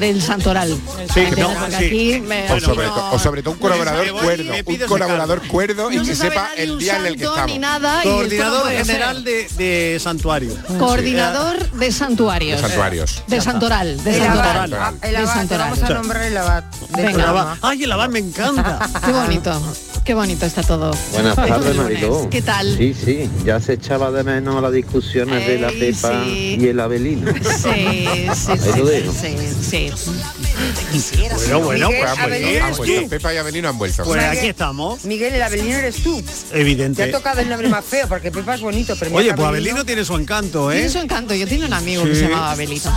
Speaker 21: del santoral.
Speaker 22: Sí,
Speaker 21: ¿Entiendes?
Speaker 22: que no,
Speaker 21: Porque
Speaker 22: sí.
Speaker 21: aquí me-
Speaker 22: o, sobre
Speaker 21: no-
Speaker 22: to- o sobre todo un colaborador cuerdo, un colaborador cuerdo y
Speaker 21: No
Speaker 22: que
Speaker 21: se sabe
Speaker 22: sepa
Speaker 21: nadie
Speaker 22: el
Speaker 21: un
Speaker 22: día en el que
Speaker 21: santo
Speaker 22: estamos.
Speaker 21: ni nada, y esto no
Speaker 5: Coordinador
Speaker 21: puede ser.
Speaker 5: general de, de santuario.
Speaker 21: Coordinador de santuarios.
Speaker 5: De santuarios.
Speaker 21: De santoral. De
Speaker 5: El
Speaker 21: santoral.
Speaker 5: abad,
Speaker 21: De santoral.
Speaker 5: vamos a nombrar
Speaker 25: el abad.
Speaker 21: Venga.
Speaker 5: El abad. Ay, el abad me encanta.
Speaker 21: Qué bonito. Qué bonito está todo.
Speaker 27: Buenas
Speaker 21: Este
Speaker 27: tardes,
Speaker 21: lunes.
Speaker 27: Mariló.
Speaker 21: ¿Qué tal?
Speaker 27: Sí, sí, ya se echaba de menos las discusiones de la
Speaker 21: Ey,
Speaker 27: Pepa
Speaker 21: sí.
Speaker 27: y el Abelino.
Speaker 21: Sí, sí,
Speaker 27: Ahí lo dejo.
Speaker 21: sí, sí, sí.
Speaker 22: Bueno, bueno, pues
Speaker 25: Avelino
Speaker 22: han vuelto, han
Speaker 25: eres
Speaker 22: vuelto.
Speaker 25: tú.
Speaker 22: Pepa y Avelino han vuelto.
Speaker 5: Pues
Speaker 25: Miguel-
Speaker 5: aquí estamos.
Speaker 25: Miguel, el Avelino eres tú. Te ha
Speaker 5: Evidente.
Speaker 25: tocado el nombre más feo, porque Pepa es bonito, pero
Speaker 5: Oye,
Speaker 25: mira que
Speaker 5: pues Abelino tiene su encanto,
Speaker 21: Tiene
Speaker 5: ¿eh?
Speaker 21: su encanto. Yo tenía un amigo que
Speaker 5: Sí.
Speaker 21: se llamaba Abelito.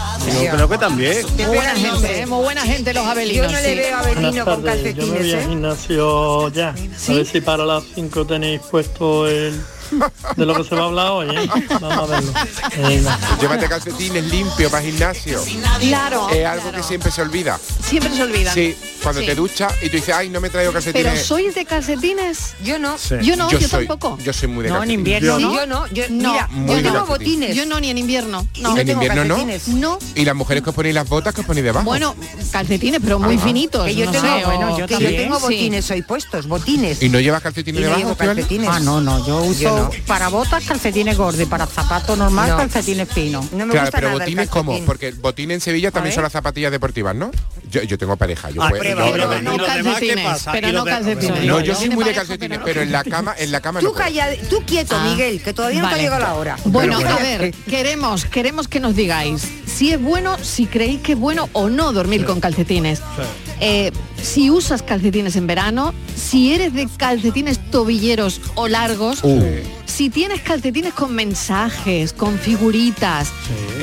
Speaker 5: Yo creo que también.
Speaker 21: Muy buena gente, eh, muy buena gente los abelinos.
Speaker 25: Yo no le
Speaker 21: sí.
Speaker 25: veo a Abelino con
Speaker 28: Yo me voy
Speaker 25: calcetines,
Speaker 28: al
Speaker 25: ¿eh?
Speaker 28: gimnasio ya. A ver si para las 5 tenéis puesto el... de lo que se va a hablar hoy, ¿eh? Vamos a verlo. Venga.
Speaker 22: Llévate calcetines limpios para gimnasio.
Speaker 21: Claro,
Speaker 22: Es algo que siempre se olvida.
Speaker 21: Siempre se olvida.
Speaker 22: Sí, cuando
Speaker 21: Sí.
Speaker 22: te duchas y tú dices, ay, no me he traído calcetines.
Speaker 21: Pero sois de calcetines?
Speaker 25: Yo no.
Speaker 22: Sí.
Speaker 21: Yo no, yo,
Speaker 22: soy-
Speaker 21: tampoco.
Speaker 22: Yo soy muy de calcetines.
Speaker 25: Sí, yo no. Yo,
Speaker 21: No,
Speaker 25: Mira,
Speaker 22: Muy de
Speaker 25: yo tengo
Speaker 22: calcetines.
Speaker 25: botines.
Speaker 21: Yo no ni en invierno. No.
Speaker 22: ¿En
Speaker 21: Yo tengo
Speaker 22: invierno no?
Speaker 21: calcetines. No.
Speaker 22: Y las mujeres que os ponéis las botas, que os ponéis debajo.
Speaker 21: Bueno, calcetines, pero muy
Speaker 22: Ah.
Speaker 21: finitos.
Speaker 25: Que yo
Speaker 21: no
Speaker 25: tengo-
Speaker 21: sé, o-
Speaker 25: bueno, yo
Speaker 21: que
Speaker 25: también. Sí.
Speaker 21: hoy
Speaker 25: puestos, botines.
Speaker 22: ¿Y no llevas calcetines
Speaker 25: Y no
Speaker 22: debajo?
Speaker 25: llevo
Speaker 22: Estivali?
Speaker 25: calcetines. Ah,
Speaker 24: no, no, yo
Speaker 25: uso-
Speaker 24: So, para botas, calcetines gordos, y para zapatos normal,
Speaker 25: No.
Speaker 24: calcetines finos.
Speaker 22: claro, pero botines como, porque botín en Sevilla también
Speaker 24: ver.
Speaker 22: son las zapatillas deportivas, ¿no? Yo, yo tengo pareja, yo
Speaker 5: Ah,
Speaker 22: pues-
Speaker 5: prueba,
Speaker 22: yo-
Speaker 5: prueba.
Speaker 22: yo-
Speaker 5: ¿Y los demás qué
Speaker 21: calcetines,
Speaker 5: pasa?
Speaker 21: pero
Speaker 5: ¿Y los
Speaker 21: no
Speaker 5: de-
Speaker 21: calcetines.
Speaker 22: No, yo soy muy de calcetines, pero en la cama, en la cama
Speaker 25: Tú
Speaker 22: no. puedo.
Speaker 25: calla, tú quieto,
Speaker 21: Ah.
Speaker 25: Miguel, que todavía no te
Speaker 21: Vale.
Speaker 25: ha llegado la hora.
Speaker 21: Bueno,
Speaker 25: Pero
Speaker 21: a
Speaker 5: Eh.
Speaker 21: ver, queremos, queremos que nos digáis si es bueno, si creéis que es bueno o no dormir con calcetines. Eh, si usas calcetines en verano, si eres de calcetines tobilleros o largos,
Speaker 5: Uh.
Speaker 21: si tienes calcetines con mensajes, con figuritas,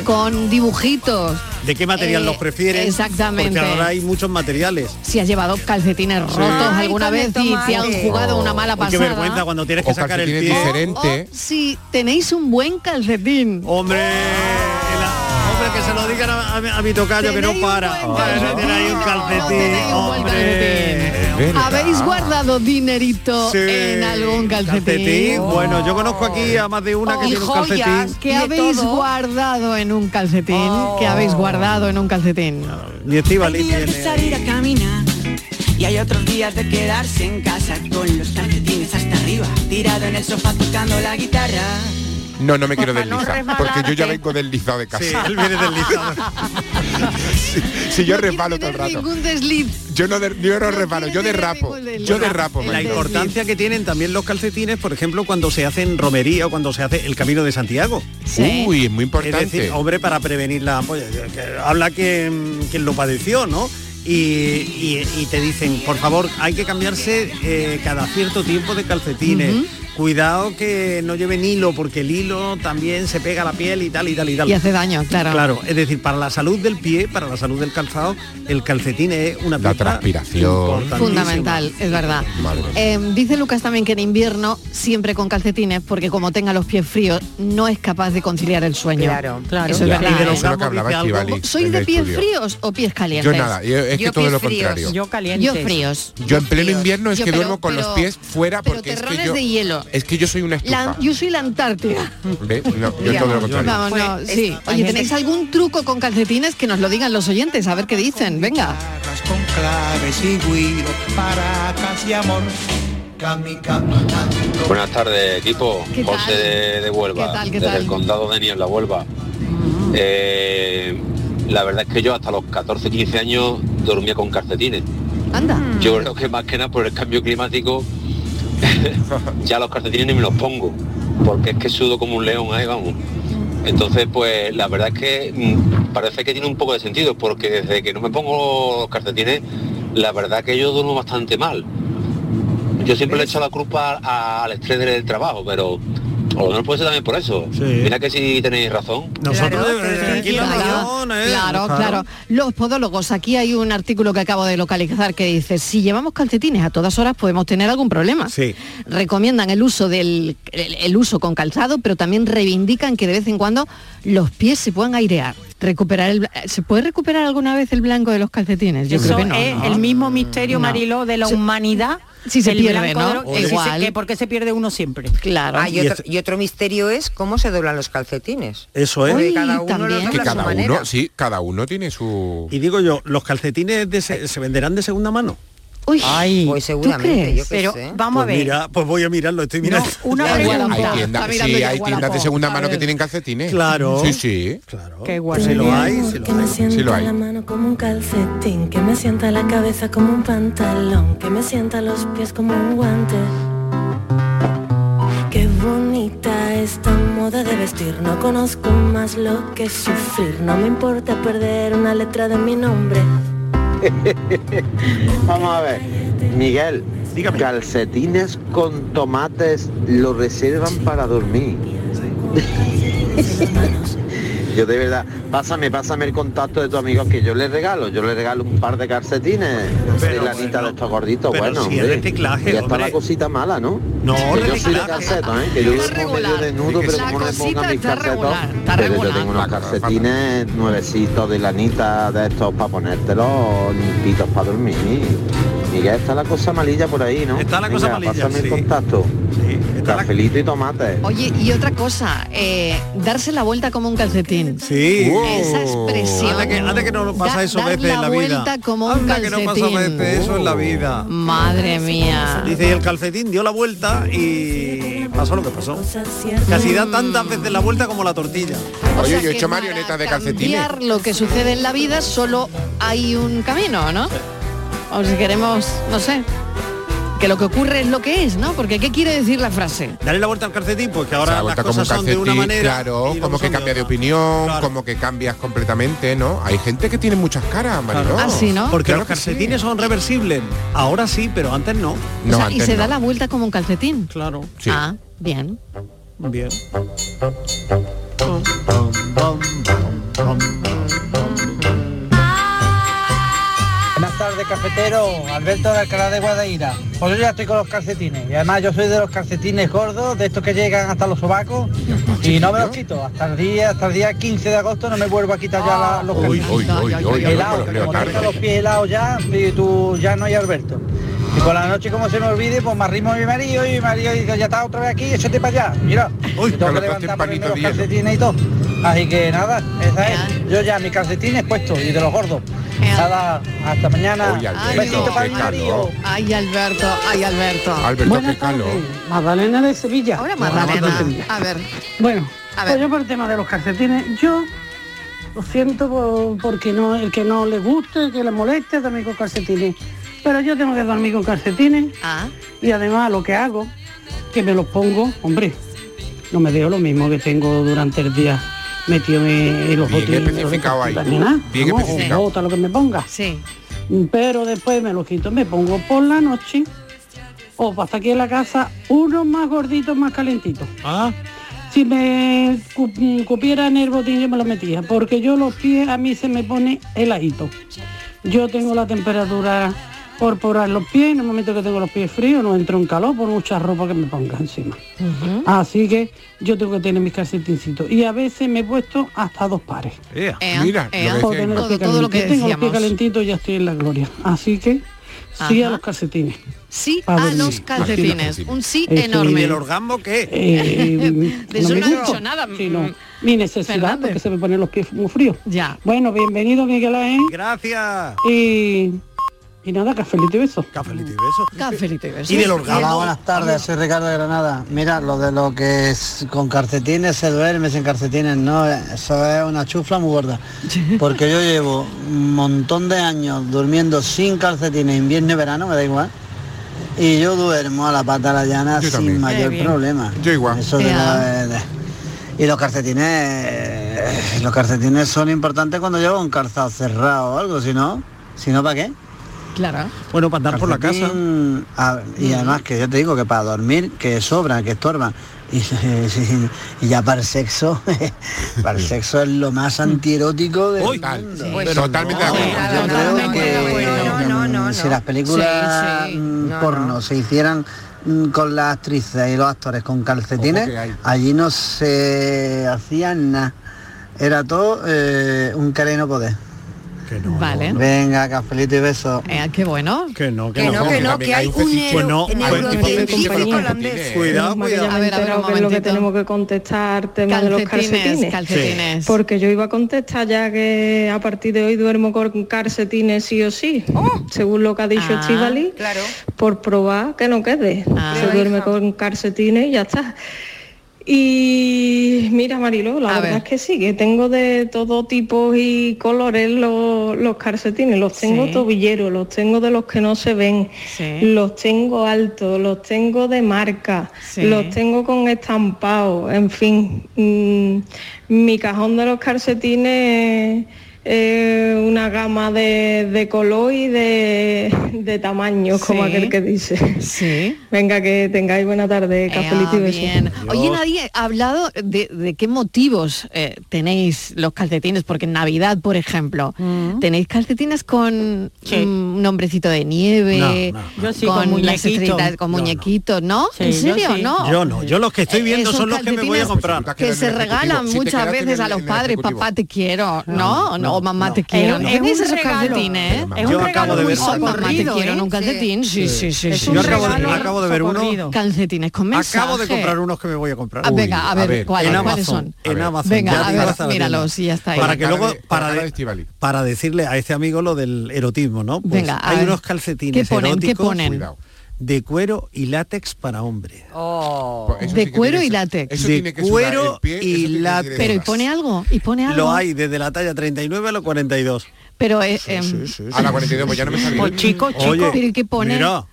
Speaker 21: con dibujitos.
Speaker 5: ¿De qué material
Speaker 21: Eh,
Speaker 5: los prefieres?
Speaker 21: exactamente.
Speaker 5: Porque ahora hay muchos materiales.
Speaker 21: Si has llevado calcetines rotos
Speaker 25: Ay,
Speaker 21: alguna
Speaker 25: con el
Speaker 21: vez y te han
Speaker 25: tomate.
Speaker 21: jugado una mala
Speaker 5: Oye, qué
Speaker 21: pasada.
Speaker 5: vergüenza cuando tienes que sacar el pie.
Speaker 22: diferente.
Speaker 21: Si tenéis un buen calcetín.
Speaker 5: Hombre, Eh, hombre, que se lo digan a, a mi- a mi tocayo que no para. Hombre, tenéis un calcetín, hombre. verdad.
Speaker 21: ¿Habéis guardado dinerito en algún calcetín? Oh.
Speaker 5: Calcetín. Bueno, yo conozco aquí a más de una que
Speaker 21: Y
Speaker 5: tiene un calcetín.
Speaker 21: ¿Qué habéis guardado en un calcetín? ¿Qué
Speaker 5: Oh.
Speaker 21: habéis guardado en un calcetín?
Speaker 5: Ni Estíbaliz
Speaker 21: Hay días
Speaker 5: tiene.
Speaker 21: que
Speaker 29: salir a caminar y hay otros días de quedarse en casa con los calcetines hasta arriba, tirado en el sofá tocando la guitarra.
Speaker 22: No, no me quiero deslizar, porque yo ya vengo deslizado de casa.
Speaker 5: Sí, él viene deslizado.
Speaker 22: si, si yo resbalo todo el rato.
Speaker 21: Ningún desliz.
Speaker 22: Yo no, de- yo no resbalo, yo derrapo. Yo derrapo,
Speaker 5: La
Speaker 22: Maribel.
Speaker 5: importancia que tienen también los calcetines, por ejemplo, cuando se hacen romería o cuando se hace el Camino de Santiago.
Speaker 22: Sí. Uy, es muy importante.
Speaker 5: Es decir, hombre, para prevenir la ampolla. Que Habla que, mm, quien lo padeció, ¿no? Y, y- y te dicen, por favor, hay que cambiarse eh, cada cierto tiempo de calcetines. Cuidado que no lleven hilo, porque el hilo también se pega a la piel y tal, y tal, y tal.
Speaker 21: Y hace daño, claro.
Speaker 5: Claro, es decir, para la salud del pie, para la salud del calzado, el calcetín es una pieza
Speaker 22: transpiración.
Speaker 21: Fundamental, es verdad.
Speaker 22: Madre mía.
Speaker 21: Eh, dice Lucas también que en invierno siempre con calcetines porque como tenga los pies fríos no es capaz de conciliar el sueño.
Speaker 22: Claro, claro.
Speaker 21: Eso es
Speaker 22: Ya,
Speaker 21: verdad,
Speaker 22: y de
Speaker 21: ¿eh?
Speaker 22: los Eso es lo que hablaba gambos dice algo. Estíbaliz
Speaker 21: ¿Sois
Speaker 22: en
Speaker 21: de
Speaker 22: el
Speaker 21: pies
Speaker 22: estudio.
Speaker 21: fríos o pies calientes?
Speaker 22: nada, yo- es que Yo todo pies lo fríos, contrario. yo
Speaker 21: caliente. Yo fríos.
Speaker 22: Yo en pleno invierno es
Speaker 21: Yo,
Speaker 22: que
Speaker 21: pero-
Speaker 22: duermo con los
Speaker 21: pero-
Speaker 22: pies fuera
Speaker 21: pero
Speaker 22: porque es que
Speaker 21: terrones
Speaker 22: yo
Speaker 21: de hielo.
Speaker 22: es que yo soy una
Speaker 21: La-
Speaker 22: estufa.
Speaker 21: yo soy la
Speaker 22: Pues,
Speaker 21: Antártida.
Speaker 22: ¿Ve? No, yo
Speaker 21: Ya.
Speaker 22: todo lo contrario.
Speaker 21: Vamos, no,
Speaker 29: Pues,
Speaker 21: sí.
Speaker 29: es- hay
Speaker 21: Oye,
Speaker 29: gente
Speaker 21: ¿tenéis algún truco con calcetines que nos lo digan los oyentes? A ver qué dicen. Venga.
Speaker 30: con claves y guiro para casi amor. Cami, caminando.
Speaker 31: Buenas tardes, equipo.
Speaker 30: ¿Qué tal?
Speaker 31: José de, de Huelva,
Speaker 30: ¿Qué tal, qué
Speaker 31: desde
Speaker 30: tal? Mm.
Speaker 31: el condado de Niebla, Huelva. Eh, la verdad es que yo hasta los 14, 15 años dormía con calcetines.
Speaker 21: Anda.
Speaker 31: Yo creo que más que nada por el cambio climático ya los calcetines ni me los pongo, porque es que sudo como un león ahí, vamos. Entonces, pues la verdad es que mm, parece que tiene un poco de sentido, porque desde que no me pongo los calcetines, la verdad que yo duermo bastante mal. Yo siempre le echo la culpa a- al estrés del trabajo, pero a lo mejor puede ser también por eso. Mira que si tenéis razón.
Speaker 21: Claro, claro, claro. Los podólogos, aquí hay un artículo que acabo de localizar que dice, si llevamos calcetines a todas horas podemos tener algún problema. Recomiendan el uso del el, el uso con calzado, pero también reivindican que de vez en cuando los pies se puedan airear. Recuperar el, bla- ¿Se puede recuperar alguna vez el blanco de los calcetines? Yo
Speaker 24: Eso
Speaker 21: creo que no,
Speaker 24: es
Speaker 21: ¿no?
Speaker 24: el mismo misterio,
Speaker 21: No.
Speaker 24: Mariló, de la humanidad.
Speaker 21: si se
Speaker 24: del
Speaker 21: pierde,
Speaker 24: blanco de
Speaker 21: ¿no?
Speaker 24: oro- que si se-
Speaker 21: Igual.
Speaker 24: que porque se pierde uno siempre.
Speaker 21: Claro.
Speaker 25: Ah, y, otro, y otro misterio es cómo se doblan los calcetines.
Speaker 5: Eso es.
Speaker 25: Porque cada uno los dobla
Speaker 22: Que
Speaker 25: a su
Speaker 22: cada
Speaker 25: manera.
Speaker 22: uno, sí, cada uno tiene su.
Speaker 5: Y digo yo, los calcetines de se, se venderán de segunda mano.
Speaker 21: Uy,
Speaker 5: Ay, pues
Speaker 25: seguramente, crees? yo qué Pero sé. vamos a ver.
Speaker 5: Mira, pues voy a mirarlo, estoy mirando.
Speaker 22: una Hay- hay tiendas- Está mirando sí, ya hay tiendas de Wallapop. segunda mano que tienen calcetines.
Speaker 5: Claro.
Speaker 22: Sí, sí.
Speaker 5: Qué guay. Si pues lo hay, si
Speaker 32: Que me sienta
Speaker 22: Sí lo hay.
Speaker 32: la mano como un calcetín, que me sienta la cabeza como un pantalón, que me sienta los pies como un guante. Qué bonita esta moda de vestir, no conozco más lo que sufrir, no me importa perder una letra de mi nombre.
Speaker 33: Vamos a ver. Miguel, calcetines con tomates lo reservan para dormir. Yo de verdad, pásame, pásame el contacto de tu amigo que yo le regalo, yo le regalo un par de calcetines de la anita de estos gorditos,
Speaker 5: pero
Speaker 33: bueno.
Speaker 5: si es reciclaje,
Speaker 33: ya está la
Speaker 5: hombre.
Speaker 33: cosita mala, ¿no?
Speaker 5: No,
Speaker 33: que yo soy de
Speaker 5: reciclaje.
Speaker 33: calcetas, ¿eh? que yo duermo medio desnudo, pero como no me pongan mis calcetos, pero yo tengo unos calcetines nuevecitos de lanita de estos para ponértelos limpitos para dormir. Miguel, está la cosa malilla por ahí, ¿no? Está
Speaker 5: la cosa malilla,
Speaker 33: Pásame
Speaker 5: sí.
Speaker 33: el contacto. Cafelito y tomate.
Speaker 21: Oye, y otra cosa, eh, darse la vuelta como un calcetín.
Speaker 5: Sí.
Speaker 21: Esa expresión.
Speaker 5: Anda que, anda que no nos pasa
Speaker 21: Da-
Speaker 5: eso
Speaker 21: dar
Speaker 5: veces en la vida.
Speaker 21: vuelta como un
Speaker 5: Anda que no
Speaker 21: calcetín.
Speaker 5: pasa veces eso en la vida.
Speaker 21: Madre mía.
Speaker 5: Dice, y el calcetín dio la vuelta y pasó lo que pasó. Casi da tantas veces la vuelta como la tortilla.
Speaker 22: Oye, yo he hecho marionetas de ¿eh? calcetines.
Speaker 21: Cambiar lo que sucede en la vida solo hay un camino, ¿no? O si queremos, no sé, que lo que ocurre es lo que es, ¿no? Porque ¿qué quiere decir la frase?
Speaker 5: Dale la vuelta al calcetín, porque
Speaker 22: Se da
Speaker 5: ahora las
Speaker 22: vuelta como un
Speaker 5: cosas son de una
Speaker 22: calcetín,
Speaker 5: manera.
Speaker 22: claro, como que cambia de opinión, como que cambias completamente, ¿no? Hay gente que tiene muchas caras, Mariló.
Speaker 5: Claro. Porque
Speaker 22: Claro
Speaker 5: los
Speaker 22: que sí.
Speaker 5: calcetines son reversibles. Ahora sí, pero antes no.
Speaker 22: No,
Speaker 21: O sea, y se da la vuelta como un calcetín.
Speaker 5: Claro.
Speaker 21: Ah, bien.
Speaker 5: Bien.
Speaker 34: Buenas tardes, cafetero. Alberto de Alcalá de Guadaira. Pues yo ya estoy con los calcetines. Y además yo soy de los calcetines gordos, de estos que llegan hasta los sobacos. Y no me los quito. Hasta el día, hasta el día 15 de agosto no me vuelvo a quitar ya la- los
Speaker 22: Uy,
Speaker 34: calcetines.
Speaker 22: uy, uy, uy, uy,
Speaker 34: Helado,
Speaker 22: no, no,
Speaker 34: como
Speaker 22: no,
Speaker 34: tengo los pies helados ya, y tú ya no hay Alberto.
Speaker 35: Y por la noche, como se me olvide, pues me arrimo a mi marido y mi marido dice, ya está otra vez aquí, échate para allá. Mira,
Speaker 22: Uy,
Speaker 35: y tengo que
Speaker 22: colocaste
Speaker 35: levantar
Speaker 22: el
Speaker 35: ponerme
Speaker 22: panito
Speaker 35: los
Speaker 22: de hielo.
Speaker 35: calcetines y todo. Así que nada, esa es. Yo ya mis calcetines puestos y de los gordos. Nada, hasta mañana.
Speaker 22: Alberto,
Speaker 35: Besito para
Speaker 22: qué
Speaker 35: mi marido.
Speaker 22: calor.
Speaker 21: Ay, Alberto, ay, Alberto.
Speaker 22: Alberto,
Speaker 21: Buenas
Speaker 22: qué calor.
Speaker 21: tardes.
Speaker 36: Magdalena de Sevilla.
Speaker 21: Ahora Magdalena. A ver,
Speaker 36: Bueno,
Speaker 21: A ver.
Speaker 36: pues yo por el tema de los calcetines, yo lo siento por- porque no el que no le guste, el que le moleste, dormir con calcetines. Pero yo tengo que dormir con calcetines.
Speaker 21: Ah.
Speaker 36: Y además lo que hago, que me los pongo, hombre, no me dejo lo mismo que tengo durante el día metido en, en los
Speaker 22: Bien
Speaker 36: botines,
Speaker 22: especificado ahí.
Speaker 36: ni nada.
Speaker 22: Bien
Speaker 36: Vamos, o
Speaker 22: especificado.
Speaker 36: bota, lo que me ponga.
Speaker 21: Sí.
Speaker 36: Pero después me los quito, me pongo por la noche o hasta aquí en la casa uno más gordito, más calentito.
Speaker 22: Ah.
Speaker 36: Si me cu- cupiera en el botín yo me lo metía, porque yo los pies a mí se me pone heladito. Yo tengo la temperatura corporal en los pies, en el momento que tengo los pies fríos no entro en calor por mucha ropa que me ponga encima. Así que yo tengo que tener mis calcetincitos. Y a veces me he puesto hasta dos pares.
Speaker 21: Ea, Mira, ea. lo que
Speaker 36: Por tener los
Speaker 21: decíamos.
Speaker 36: pies
Speaker 21: Todo- todo lo
Speaker 36: calentitos. Tengo los
Speaker 21: que
Speaker 36: pies
Speaker 21: decíamos.
Speaker 36: calentitos y ya estoy en la gloria. Así que sí a
Speaker 21: Ajá.
Speaker 36: los calcetines.
Speaker 21: Ah, Sí
Speaker 36: Pa'
Speaker 21: a
Speaker 36: dormir.
Speaker 21: los calcetines. Un sí enorme.
Speaker 36: ¿Y el
Speaker 5: orgasmo qué?
Speaker 36: Eh,
Speaker 21: De eso
Speaker 36: me
Speaker 21: no ha
Speaker 36: gusta,
Speaker 21: dicho nada. mm,
Speaker 36: sino mi necesidad, porque se me ponen los pies muy fríos. Ya. Bueno, bienvenido, Miguel Ángel.
Speaker 5: Gracias.
Speaker 36: Y, y nada, cafelito y beso.
Speaker 5: Cafelito y beso.
Speaker 21: Cafelito y besos.
Speaker 35: Hola, buenas tardes, soy Ricardo de Granada. Mira, lo de lo que es con calcetines se duerme sin calcetines, no, eso es una chufla muy gorda. Porque yo llevo un montón de años durmiendo sin calcetines, invierno y verano, me da igual. Y yo duermo a la pata a la llana
Speaker 22: Yo
Speaker 35: sin
Speaker 22: también. Eh,
Speaker 35: mayor
Speaker 22: bien.
Speaker 35: problema.
Speaker 22: Yo igual.
Speaker 35: Eso de lo
Speaker 22: Ya.
Speaker 35: de- de- Y los calcetines, eh, los calcetines son importantes cuando llevo un calzado cerrado o algo, si no, si no, ¿para qué?
Speaker 21: Claro.
Speaker 5: Bueno, para andar por la casa.
Speaker 35: Calcetín, a- y además que yo te digo que para dormir, que sobra, que estorba. Y, y- y ya para el sexo, para el sexo es lo
Speaker 5: Mm.
Speaker 35: más antierótico de
Speaker 22: Totalmente de acuerdo.
Speaker 35: si mm, las películas
Speaker 36: Sí, sí.
Speaker 35: mm,
Speaker 36: No,
Speaker 35: porno
Speaker 36: no.
Speaker 35: se hicieran mm, con las actrices y los actores con calcetines,
Speaker 36: Ojo que hay.
Speaker 35: allí no se hacían nada. Era todo eh, un careno poder.
Speaker 21: Vale.
Speaker 35: Venga, cafelito y beso.
Speaker 21: Eh, qué bueno.
Speaker 5: Que no,
Speaker 21: Que no, que no, que hay un
Speaker 5: Pues no, a ver, Cuidado,
Speaker 36: Menos mal que ya
Speaker 5: cuidado.
Speaker 36: me
Speaker 21: A ver,
Speaker 36: he
Speaker 21: a ver,
Speaker 36: enterado
Speaker 21: un
Speaker 36: que es lo que
Speaker 21: momentito.
Speaker 36: tenemos que contestar tema de los
Speaker 21: Calcetines,
Speaker 36: calcetines.
Speaker 21: calcetines. Sí.
Speaker 36: Porque yo iba a contestar ya que a partir de hoy duermo con calcetines sí o sí. Según lo que ha dicho
Speaker 21: Oh. Ah,
Speaker 36: Estivali. Por probar que no quede. Se duerme con calcetines y ya está. Y mira Marilo, la verdad es que sí, que tengo de todo tipo y colores los, los calcetines, los tengo
Speaker 21: Sí.
Speaker 36: tobilleros, los tengo de los que no se ven,
Speaker 21: Sí.
Speaker 36: los tengo altos, los tengo de marca,
Speaker 21: Sí.
Speaker 36: los tengo con estampado, en fin, mm, mi cajón de los calcetines eh, una gama de, de color y de, de tamaño, como
Speaker 21: Sí.
Speaker 36: aquel que dice. Venga, que tengáis buena tarde, cafelito y
Speaker 21: Ah,
Speaker 36: besos.
Speaker 21: bien. Oye, nadie ha hablado de, de qué motivos eh, tenéis los calcetines, porque en Navidad, por ejemplo,
Speaker 24: Mm.
Speaker 21: tenéis calcetines con mm, un hombrecito de nieve,
Speaker 5: No, no,
Speaker 21: Yo
Speaker 24: sí,
Speaker 21: con,
Speaker 24: con
Speaker 21: las
Speaker 24: muñequitos.
Speaker 21: estrellitas, con
Speaker 24: Yo no.
Speaker 21: muñequitos, ¿no?
Speaker 24: Sí,
Speaker 21: ¿En
Speaker 24: yo
Speaker 21: serio?
Speaker 24: sí.
Speaker 21: No. Eh,
Speaker 5: Yo no, yo los que estoy viendo
Speaker 21: Esos
Speaker 5: son los que me voy a
Speaker 21: calcetines
Speaker 5: comprar.
Speaker 21: Que
Speaker 22: este
Speaker 21: se regalan muchas veces a los padres, papá te quiero, ¿no? No, o mamá te quiero.
Speaker 24: Es un-
Speaker 21: ¿No tenéis esos
Speaker 24: regalo.
Speaker 21: calcetines?
Speaker 24: Pero, mamá, Yo acabo de ver-
Speaker 21: Ay, mamá te
Speaker 24: socorrido,
Speaker 21: quiero en
Speaker 24: ¿eh?
Speaker 21: un calcetín. Sí, sí, sí.
Speaker 5: Es
Speaker 21: sí,
Speaker 5: un Yo
Speaker 21: sí.
Speaker 5: acabo de- regalo acabo de ver uno- socorrido.
Speaker 21: Calcetines con mensaje.
Speaker 5: Acabo de comprar unos que me voy a comprar.
Speaker 21: Ah, venga, a ver, ¿cuáles-
Speaker 5: en
Speaker 21: cuáles
Speaker 5: Amazon,
Speaker 21: son?
Speaker 5: En
Speaker 21: A ver.
Speaker 5: Amazon.
Speaker 21: Venga,
Speaker 5: ya
Speaker 21: a
Speaker 5: te
Speaker 21: ver,
Speaker 5: vas la tienda.
Speaker 21: míralos y ya está ahí.
Speaker 5: Para que
Speaker 21: Con la
Speaker 5: luego,
Speaker 21: cara
Speaker 5: para, de- para decirle a este amigo lo del erotismo, ¿no? Pues
Speaker 21: Venga, a
Speaker 5: hay
Speaker 21: ver.
Speaker 5: unos calcetines
Speaker 21: ¿Qué ponen? ¿Qué
Speaker 5: eróticos
Speaker 21: ponen?
Speaker 5: Cuidado. de cuero y látex para hombre. Pues
Speaker 21: de cuero y látex.
Speaker 5: eso Oh. De tiene que sudar el cuero pie, eso y tiene que látex.
Speaker 21: Pero y pone algo, y pone algo.
Speaker 5: Lo hay desde la talla 39 a la 42.
Speaker 21: Pero eh, em,
Speaker 5: A la 42, pues ya no me salió.
Speaker 21: Pues chico, chico. Pero ¿y qué pone?
Speaker 5: Mira,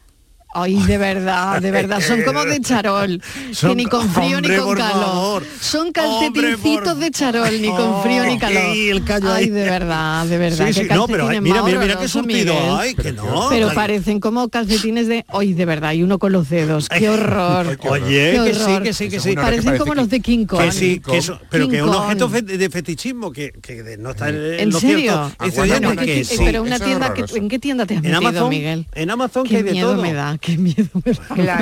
Speaker 21: Ay, de verdad, de verdad, son como de charol,
Speaker 5: Son-
Speaker 21: que ni con frío
Speaker 5: Hombre,
Speaker 21: ni con
Speaker 5: por
Speaker 21: calor.
Speaker 5: favor.
Speaker 21: Son calcetincitos de charol, ni con frío ni calor.
Speaker 5: y el callo
Speaker 21: Ay,
Speaker 5: ahí.
Speaker 21: de verdad, de verdad.
Speaker 5: Sí,
Speaker 21: qué
Speaker 5: sí, no, pero
Speaker 21: calcetines
Speaker 5: hay- mira,
Speaker 21: más
Speaker 5: mira, mira qué
Speaker 21: horrorosos,
Speaker 5: surtido
Speaker 21: Miguel.
Speaker 5: hay, que no.
Speaker 21: Pero
Speaker 5: Ay.
Speaker 21: parecen como calcetines de... Ay, de verdad, y uno con los dedos. ¡Qué horror!
Speaker 5: Oye,
Speaker 21: Qué
Speaker 5: que sí,
Speaker 21: horror.
Speaker 5: que sí, que sí.
Speaker 21: Parecen como los de King Kong.
Speaker 5: Que sí, que eso- pero que
Speaker 21: King
Speaker 5: un
Speaker 21: Kong.
Speaker 5: objeto fe- de fetichismo que, que de- no está en,
Speaker 21: ¿En
Speaker 5: lo
Speaker 21: serio?
Speaker 5: cierto. Dice, oye,
Speaker 21: Bueno,
Speaker 5: que
Speaker 21: ¿qué-
Speaker 5: sí.
Speaker 21: pero una tienda, que- ¿en qué tienda te has
Speaker 5: En
Speaker 21: metido,
Speaker 5: Amazon,
Speaker 21: Miguel?
Speaker 5: En Amazon que
Speaker 21: Qué
Speaker 5: hay de
Speaker 21: miedo
Speaker 5: todo.
Speaker 21: me da, qué miedo me da.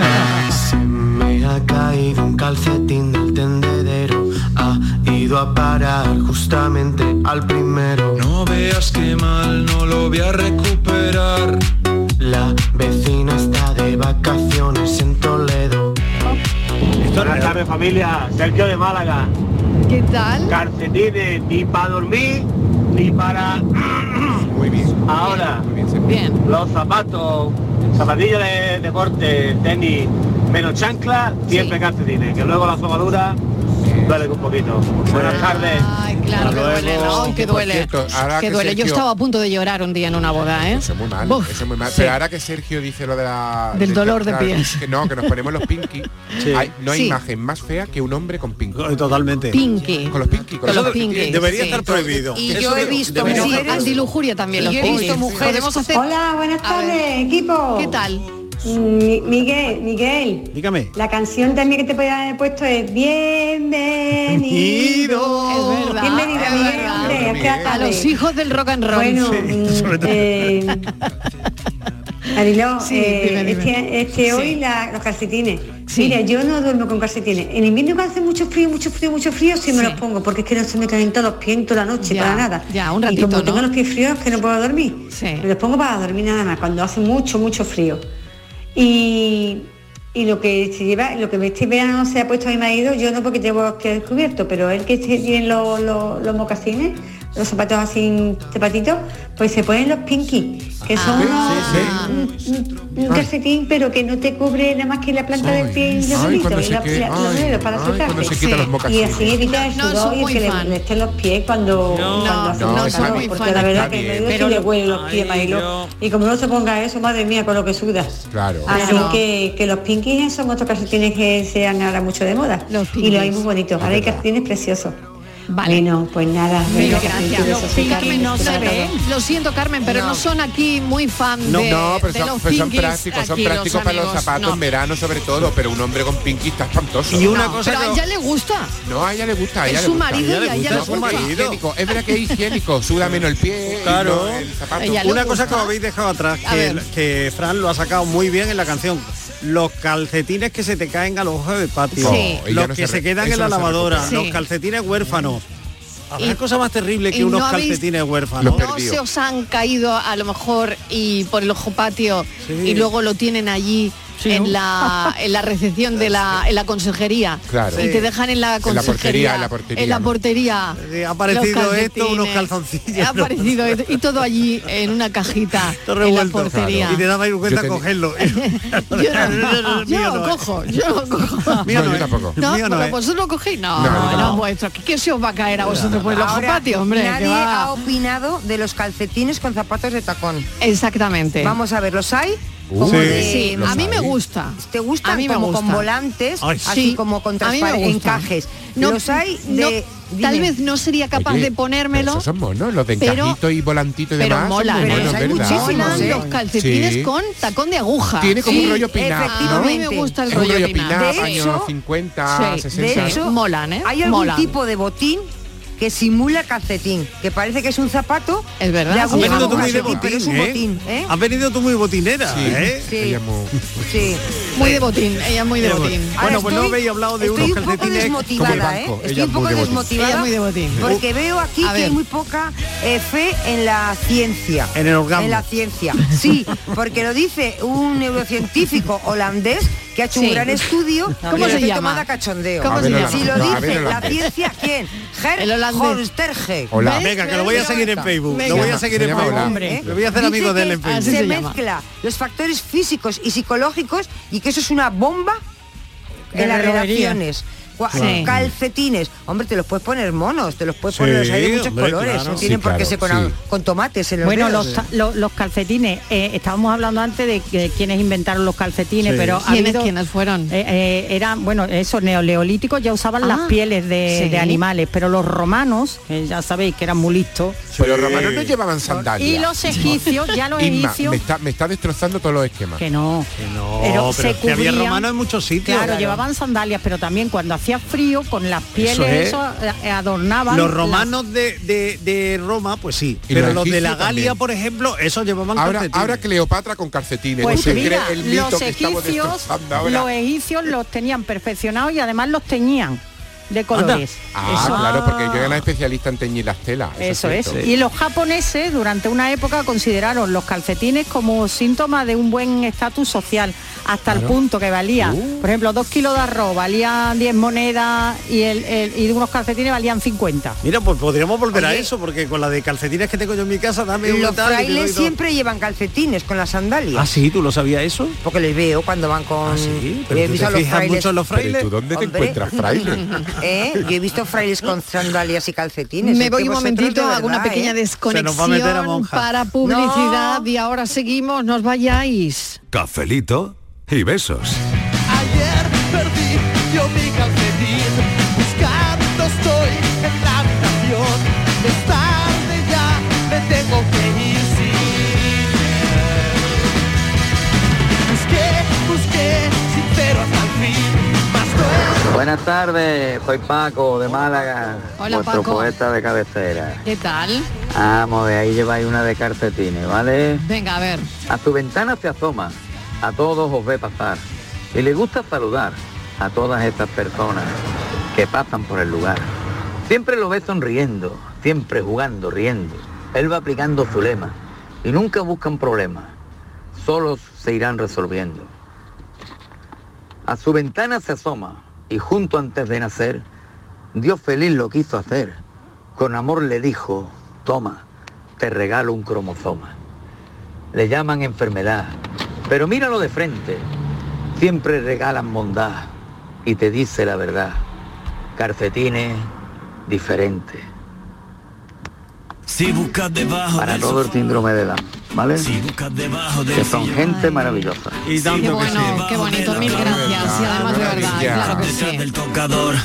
Speaker 7: Me ha caído un calcetín del tendedero. Ha ido a parar justamente al primero. No veas que mal, no lo voy a recuperar. La vecina está
Speaker 4: Buenas tardes familia, Sergio de Málaga.
Speaker 21: ¿Qué tal?
Speaker 4: Calcetines, ni para dormir, ni para... Muy bien. Ahora, los zapatos, zapatillas de deporte, tenis, menos chancla, siempre calcetines, que luego la somadura duele un poquito. Buenas tardes.
Speaker 21: Ay, claro, que duele, no, que
Speaker 22: por
Speaker 21: duele.
Speaker 22: cierto, ahora
Speaker 21: que
Speaker 22: que
Speaker 21: duele. Yo
Speaker 22: Sergio-
Speaker 21: estaba a punto de llorar un día en una boda, ¿eh?
Speaker 22: Eso es muy mal,
Speaker 21: Buf,
Speaker 22: eso es muy mal.
Speaker 21: sí.
Speaker 22: Pero ahora que Sergio dice lo de la...
Speaker 21: Del dolor de pies.
Speaker 22: Que no, que nos ponemos los pinky. Hay- no hay
Speaker 21: Sí.
Speaker 22: imagen más fea que un hombre con pinky.
Speaker 5: Totalmente.
Speaker 21: Pinky.
Speaker 22: Con los pinky.
Speaker 21: Con los pinky, sí.
Speaker 22: Y
Speaker 21: Y yo he visto
Speaker 22: debería
Speaker 21: mujeres...
Speaker 22: estar
Speaker 21: Antilujuria también
Speaker 37: Y
Speaker 21: los
Speaker 37: yo he visto
Speaker 21: pinkies.
Speaker 37: mujeres-
Speaker 21: Podemos hacer...
Speaker 37: Hola, buenas
Speaker 21: A ver.
Speaker 37: tardes, equipo.
Speaker 21: ¿Qué tal?
Speaker 37: Miguel, Miguel.
Speaker 5: Dígame.
Speaker 37: La canción también que te podía haber puesto es Bienvenido.
Speaker 21: Es verdad,
Speaker 37: Bienvenido,
Speaker 21: es
Speaker 37: Miguel,
Speaker 21: verdad.
Speaker 37: hombre, es que la
Speaker 21: A
Speaker 37: tarde.
Speaker 21: los hijos del rock and roll.
Speaker 37: Bueno, mm, eh, Mariló,
Speaker 21: Sí,
Speaker 37: eh,
Speaker 21: dime,
Speaker 37: es que,
Speaker 21: dime.
Speaker 37: es que
Speaker 21: Sí.
Speaker 37: hoy la- los calcetines. Mira, yo no duermo con calcetines. En invierno que hace mucho frío, mucho frío, mucho frío, sí, me los pongo, porque es que no se me calientan los pies en toda la noche,
Speaker 21: Ya,
Speaker 37: para nada.
Speaker 21: ya, un
Speaker 37: Y
Speaker 21: ratito,
Speaker 37: como
Speaker 21: ¿no?
Speaker 37: tengo los pies fríos, que no puedo dormir. Me los pongo para dormir nada más, cuando hace mucho, mucho frío. Y, y lo que se lleva, lo que este verano se ha puesto a mi marido, yo no porque llevo que descubierto, pero él que se- tiene los, los, los mocasines, los zapatos así zapatitos, pues se ponen los pinky, que
Speaker 21: Ah.
Speaker 37: son unos- un- un, un
Speaker 22: Ay.
Speaker 37: calcetín pero que no te cubre nada más que la planta del pie y los
Speaker 22: ay,
Speaker 37: deditos,
Speaker 22: cuando
Speaker 37: y
Speaker 22: se
Speaker 37: la-
Speaker 22: que-
Speaker 37: la- los
Speaker 22: ay,
Speaker 37: dedos para
Speaker 22: ay,
Speaker 37: secarte.
Speaker 22: cuando se quitan los
Speaker 37: Y
Speaker 22: mocasines.
Speaker 37: así evita el
Speaker 21: No,
Speaker 37: sudor
Speaker 21: soy
Speaker 37: y
Speaker 21: muy
Speaker 37: que le
Speaker 21: fan.
Speaker 37: molesten los pies cuando,
Speaker 21: No,
Speaker 37: cuando hace
Speaker 21: no,
Speaker 37: mucho
Speaker 21: soy
Speaker 37: calor,
Speaker 21: muy
Speaker 37: porque
Speaker 21: fan.
Speaker 37: la verdad
Speaker 21: Está
Speaker 37: que
Speaker 21: bien.
Speaker 37: medio
Speaker 21: Pero-
Speaker 37: se le huelen los pies,
Speaker 21: Ay,
Speaker 37: Mariló.
Speaker 21: yo-
Speaker 37: Y como no se ponga eso, madre mía, con lo que suda.
Speaker 22: Claro.
Speaker 37: Así
Speaker 21: Claro.
Speaker 37: que, que los pinkies son otros calcetines que se han ahora mucho de moda. y
Speaker 21: pinkies.
Speaker 37: los hay muy bonitos. Ahora hay calcetines preciosos.
Speaker 21: Vale.
Speaker 37: Bueno, pues nada.
Speaker 21: Mil
Speaker 37: venga,
Speaker 21: gracias.
Speaker 37: calcetines,
Speaker 21: Los
Speaker 37: besos,
Speaker 21: pinkies
Speaker 37: Carmen,
Speaker 21: no se
Speaker 37: para
Speaker 21: ven.
Speaker 37: todos.
Speaker 21: Lo siento, Carmen, pero no, son aquí muy fan
Speaker 22: No,
Speaker 21: de,
Speaker 22: no, pero
Speaker 21: de
Speaker 22: son,
Speaker 21: los
Speaker 22: pero son
Speaker 21: pinkies
Speaker 22: prácticos, son
Speaker 21: aquí, los
Speaker 22: prácticos para los
Speaker 21: amigos.
Speaker 22: zapatos
Speaker 21: No.
Speaker 22: en verano sobre todo, pero un hombre con pinky está espantoso.
Speaker 5: Y una
Speaker 21: No, pero a ella le gusta.
Speaker 22: No, a ella le gusta, a
Speaker 21: Es
Speaker 22: ella le
Speaker 21: su
Speaker 22: gusta.
Speaker 21: marido y a ella le
Speaker 22: No, porque
Speaker 5: gusta.
Speaker 22: es higiénico. Es verdad que es higiénico, suda menos el pie,
Speaker 5: Claro.
Speaker 22: no el zapato.
Speaker 5: Una cosa que habéis dejado atrás,
Speaker 22: A
Speaker 5: que,
Speaker 22: ver.
Speaker 5: que Fran lo ha sacado muy bien en la canción. Los calcetines que se te caen a los ojos de patio. Sí.
Speaker 22: No, Oh, y ya
Speaker 5: Los
Speaker 22: no
Speaker 5: que
Speaker 22: se
Speaker 5: se,
Speaker 22: re-
Speaker 5: quedan
Speaker 22: eso
Speaker 5: en la
Speaker 22: no se
Speaker 5: lavadora.
Speaker 22: recupera.
Speaker 5: Los
Speaker 22: Sí.
Speaker 5: calcetines huérfanos. Habrá
Speaker 21: Y-
Speaker 5: cosa más terrible
Speaker 21: y
Speaker 5: que unos
Speaker 21: no habéis-
Speaker 5: calcetines huérfanos.
Speaker 21: No se os han caído a lo mejor y por el ojo patio
Speaker 5: Sí.
Speaker 21: y luego lo tienen allí en, la, en la recepción de la, en la consejería
Speaker 22: Claro.
Speaker 21: y
Speaker 22: Sí.
Speaker 21: te dejan en la
Speaker 22: En la portería,
Speaker 21: consejería
Speaker 22: en la portería,
Speaker 21: en la
Speaker 22: ¿no?
Speaker 21: portería,
Speaker 5: Eh, ha
Speaker 21: los
Speaker 5: aparecido esto, unos
Speaker 21: calcetines.
Speaker 5: calzoncillos.
Speaker 21: ha aparecido esto, y todo allí en una cajita
Speaker 5: Todo
Speaker 21: en la
Speaker 5: revuelto.
Speaker 21: portería Ah,
Speaker 5: Y te daba vergüenza
Speaker 22: Yo tenía-
Speaker 5: cogerlo.
Speaker 21: yo, yo
Speaker 5: ¿eh?
Speaker 21: lo cojo yo lo cojo
Speaker 22: Mío no, yo tampoco.
Speaker 21: no,
Speaker 22: Mío no,
Speaker 21: pero pues,
Speaker 22: eh.
Speaker 21: vosotros lo cogéis no,
Speaker 22: No, yo
Speaker 21: no,
Speaker 22: tampoco.
Speaker 21: vuestro ¿qué se os va a caer a vosotros por el ojo
Speaker 25: Ahora,
Speaker 21: patio hombre que
Speaker 25: Nadie
Speaker 21: va.
Speaker 25: ha opinado de los calcetines con zapatos de tacón.
Speaker 21: Exactamente.
Speaker 25: Vamos a ver, ¿los hay?
Speaker 21: Uh,
Speaker 25: Como
Speaker 21: sí.
Speaker 25: de-
Speaker 21: Sí, a mí me gusta.
Speaker 25: ¿Te gustan
Speaker 21: A mí me
Speaker 25: como con
Speaker 21: gusta.
Speaker 25: volantes,
Speaker 21: Ay,
Speaker 25: así
Speaker 21: sí.
Speaker 25: como con
Speaker 21: A mí me
Speaker 25: transpar-
Speaker 21: gusta.
Speaker 25: encajes?
Speaker 21: No,
Speaker 25: ¿Los hay
Speaker 21: no,
Speaker 25: de...?
Speaker 21: tal
Speaker 25: dime.
Speaker 21: vez no sería capaz
Speaker 22: Oye,
Speaker 21: de ponérmelo.
Speaker 22: pero Esos son monos, los de
Speaker 21: pero-
Speaker 22: encajito y volantito y
Speaker 21: pero
Speaker 22: demás. son
Speaker 21: molan,
Speaker 22: muy
Speaker 21: ¿eh?
Speaker 22: buenos,
Speaker 21: Hay
Speaker 22: ¿verdad?
Speaker 21: muchísimos, ¿eh? los calcetines
Speaker 22: Sí.
Speaker 21: con tacón de aguja.
Speaker 22: Tiene como un rollo pinap, ¿no?
Speaker 21: A mí me gusta el
Speaker 22: Es un
Speaker 21: rollo
Speaker 22: rollo pinap,
Speaker 21: pinap.
Speaker 22: años 50,
Speaker 25: Sí,
Speaker 22: 60.
Speaker 25: De hecho,
Speaker 21: molan, ¿eh?
Speaker 25: Hay algún
Speaker 21: Molan.
Speaker 25: tipo de botín que simula calcetín, que parece que es un zapato.
Speaker 21: Es verdad.
Speaker 25: De
Speaker 5: Has
Speaker 25: aguja,
Speaker 5: venido tú
Speaker 25: un
Speaker 5: muy de
Speaker 25: calcetín, pero es un botín,
Speaker 5: botín,
Speaker 25: ¿eh?
Speaker 5: ¿eh? Has venido tú muy botinera,
Speaker 22: Sí,
Speaker 5: ¿eh?
Speaker 25: Sí. ella
Speaker 22: Pues
Speaker 25: Sí.
Speaker 21: Muy de botín, ella muy de
Speaker 5: Ella muy-
Speaker 21: botín.
Speaker 5: Bueno, Ahora pues no estoy- habéis hablado de
Speaker 25: Estoy
Speaker 5: unos
Speaker 25: un poco
Speaker 5: calcetines
Speaker 25: desmotivada,
Speaker 5: como el
Speaker 25: ¿eh?
Speaker 5: banco.
Speaker 25: Estoy
Speaker 5: Ella
Speaker 25: un
Speaker 5: es
Speaker 25: poco
Speaker 5: muy de botín.
Speaker 25: desmotivada.
Speaker 21: Ella es muy de botín.
Speaker 25: Porque veo aquí que hay muy poca eh, fe en la ciencia.
Speaker 5: En el orgasmo.
Speaker 25: En la ciencia. Sí, porque lo dice un neurocientífico holandés que ha hecho
Speaker 21: Sí.
Speaker 25: un gran estudio.
Speaker 21: ¿Cómo
Speaker 25: y lo
Speaker 21: se
Speaker 25: estoy
Speaker 21: llama?
Speaker 25: tomando a cachondeo.
Speaker 21: ¿Cómo
Speaker 25: si
Speaker 21: se llama?
Speaker 25: lo
Speaker 21: No, a ver,
Speaker 25: dice la
Speaker 21: holandés.
Speaker 25: ciencia, ¿quién?
Speaker 21: El
Speaker 25: Ger
Speaker 21: holandés.
Speaker 25: Horsterge.
Speaker 5: Hola. Venga, que lo voy a seguir en Facebook. Lo voy a seguir en Facebook.
Speaker 25: Hombre,
Speaker 5: Lo voy a hacer
Speaker 25: Dice
Speaker 5: amigo de él
Speaker 25: que
Speaker 5: en Facebook.
Speaker 25: Se, mezcla los factores físicos y psicológicos y que eso es una bomba
Speaker 5: De
Speaker 25: en las
Speaker 5: relojería.
Speaker 25: relaciones. Gua-
Speaker 5: Sí.
Speaker 25: Calcetines. Hombre, te los puedes poner monos, te los puedes
Speaker 5: Sí,
Speaker 25: poner, los hay de muchos
Speaker 5: hombre,
Speaker 25: colores,
Speaker 5: claro.
Speaker 25: no tienen
Speaker 5: Sí,
Speaker 25: por qué
Speaker 5: claro,
Speaker 25: ser con,
Speaker 5: sí.
Speaker 25: con tomates en los
Speaker 24: Bueno,
Speaker 25: dedos.
Speaker 24: los, ta- lo- los calcetines, eh, estábamos hablando antes de que- quienes inventaron los calcetines,
Speaker 21: Sí.
Speaker 24: pero ha
Speaker 21: ¿Quiénes-
Speaker 24: habido-
Speaker 21: quiénes fueron?
Speaker 24: Eh, eh, eran, bueno, esos neoleolíticos ya usaban las
Speaker 21: Ah,
Speaker 24: pieles de,
Speaker 21: sí.
Speaker 24: de animales, pero los romanos, que ya sabéis que eran muy listos,
Speaker 22: Pero los romanos no llevaban sandalias.
Speaker 24: y los egipcios, ya los
Speaker 22: Inma,
Speaker 24: egipcios,
Speaker 22: me está, me está destrozando todos los esquemas.
Speaker 24: Que no.
Speaker 5: No,
Speaker 24: pero
Speaker 22: Oh,
Speaker 5: pero,
Speaker 24: se
Speaker 5: es que había
Speaker 24: cubrían-
Speaker 5: romanos en muchos sitios.
Speaker 24: claro, llevaban sandalias, pero también cuando hacía frío, con las pieles
Speaker 5: Eso es.
Speaker 24: eso, eh, adornaban.
Speaker 5: Los
Speaker 24: las-
Speaker 5: romanos de, de- de Roma, pues sí.
Speaker 22: Y
Speaker 5: Pero
Speaker 22: los
Speaker 5: los de la
Speaker 22: egipcios
Speaker 5: Galia,
Speaker 22: también.
Speaker 5: por ejemplo, esos llevaban
Speaker 22: Ahora,
Speaker 5: calcetines.
Speaker 22: ahora Cleopatra con calcetines.
Speaker 24: Pues
Speaker 22: ¿Se
Speaker 24: mira,
Speaker 22: cree el mito
Speaker 24: los
Speaker 22: que estamos
Speaker 24: egipcios,
Speaker 22: destrozando ahora?
Speaker 24: los egipcios los tenían perfeccionados y además los teñían. de colores.
Speaker 22: Ah,
Speaker 24: Eso.
Speaker 22: claro, porque yo era una especialista en teñir las telas.
Speaker 24: Eso es.
Speaker 22: cierto.
Speaker 24: Y los japoneses durante una época consideraron los calcetines como síntoma de un buen estatus social, hasta el
Speaker 22: Claro.
Speaker 24: punto que valía, por ejemplo, dos kilos de arroz valían 10 monedas y, el, el- y unos calcetines valían 50.
Speaker 5: Mira, pues podríamos volver a eso, porque con la de calcetines que tengo yo en mi casa, dame un
Speaker 25: Los
Speaker 5: tal y te doy
Speaker 25: frailes
Speaker 5: dos.
Speaker 25: siempre llevan calcetines con las sandalias.
Speaker 5: Ah, sí, tú lo sabías eso.
Speaker 25: Porque les veo cuando van con.
Speaker 5: Ah,
Speaker 25: Yo
Speaker 5: Pero
Speaker 25: he
Speaker 5: tú
Speaker 25: visto
Speaker 5: te
Speaker 25: a los
Speaker 5: fijas
Speaker 25: frailes-
Speaker 5: mucho en los frailes.
Speaker 22: ¿Pero y tú dónde te
Speaker 25: Hombre.
Speaker 22: encuentras frailes?
Speaker 25: ¿Eh? Yo he visto frailes con sandalias y calcetines.
Speaker 21: Me
Speaker 25: Es
Speaker 21: voy
Speaker 25: que
Speaker 21: un
Speaker 25: vosotros de
Speaker 21: momentito, hago una
Speaker 25: verdad,
Speaker 21: pequeña
Speaker 25: ¿eh?
Speaker 21: desconexión para publicidad
Speaker 25: No.
Speaker 21: y ahora seguimos, nos vayáis.
Speaker 16: Cafelito y besos.
Speaker 11: Ayer perdí yo mi calcetín Buscando estoy en la habitación Es tarde ya, me tengo que ir sí. Busqué, busqué, sincero hasta el fin
Speaker 38: Buenas tardes, soy Paco de Málaga,
Speaker 21: Hola,
Speaker 38: vuestro
Speaker 21: Paco.
Speaker 38: poeta de cabecera.
Speaker 21: ¿Qué tal?
Speaker 38: Vamos, de ahí lleváis una de calcetines, ¿vale?
Speaker 21: Venga, a ver.
Speaker 38: A tu ventana se asoma, a todos os ve pasar y le gusta saludar a todas estas personas que pasan por el lugar. Siempre lo ve sonriendo, siempre jugando, riendo. Él va aplicando su lema y nunca buscan problemas, solos se irán resolviendo. A su ventana se asoma y junto antes de nacer, Dios feliz lo quiso hacer. Con amor le dijo, toma, te regalo un cromosoma. Le llaman enfermedad, pero míralo de frente. Siempre regalan bondad y te dice la verdad. Calcetines diferentes.
Speaker 23: Si buscas debajo
Speaker 38: Para todo el síndrome de Down, ¿vale? Que son gente maravillosa.
Speaker 5: Y
Speaker 38: tanto
Speaker 21: Bueno, qué bonito, mil gracias. Y además de verdad, ¿eh? claro que sí.
Speaker 23: del tocador.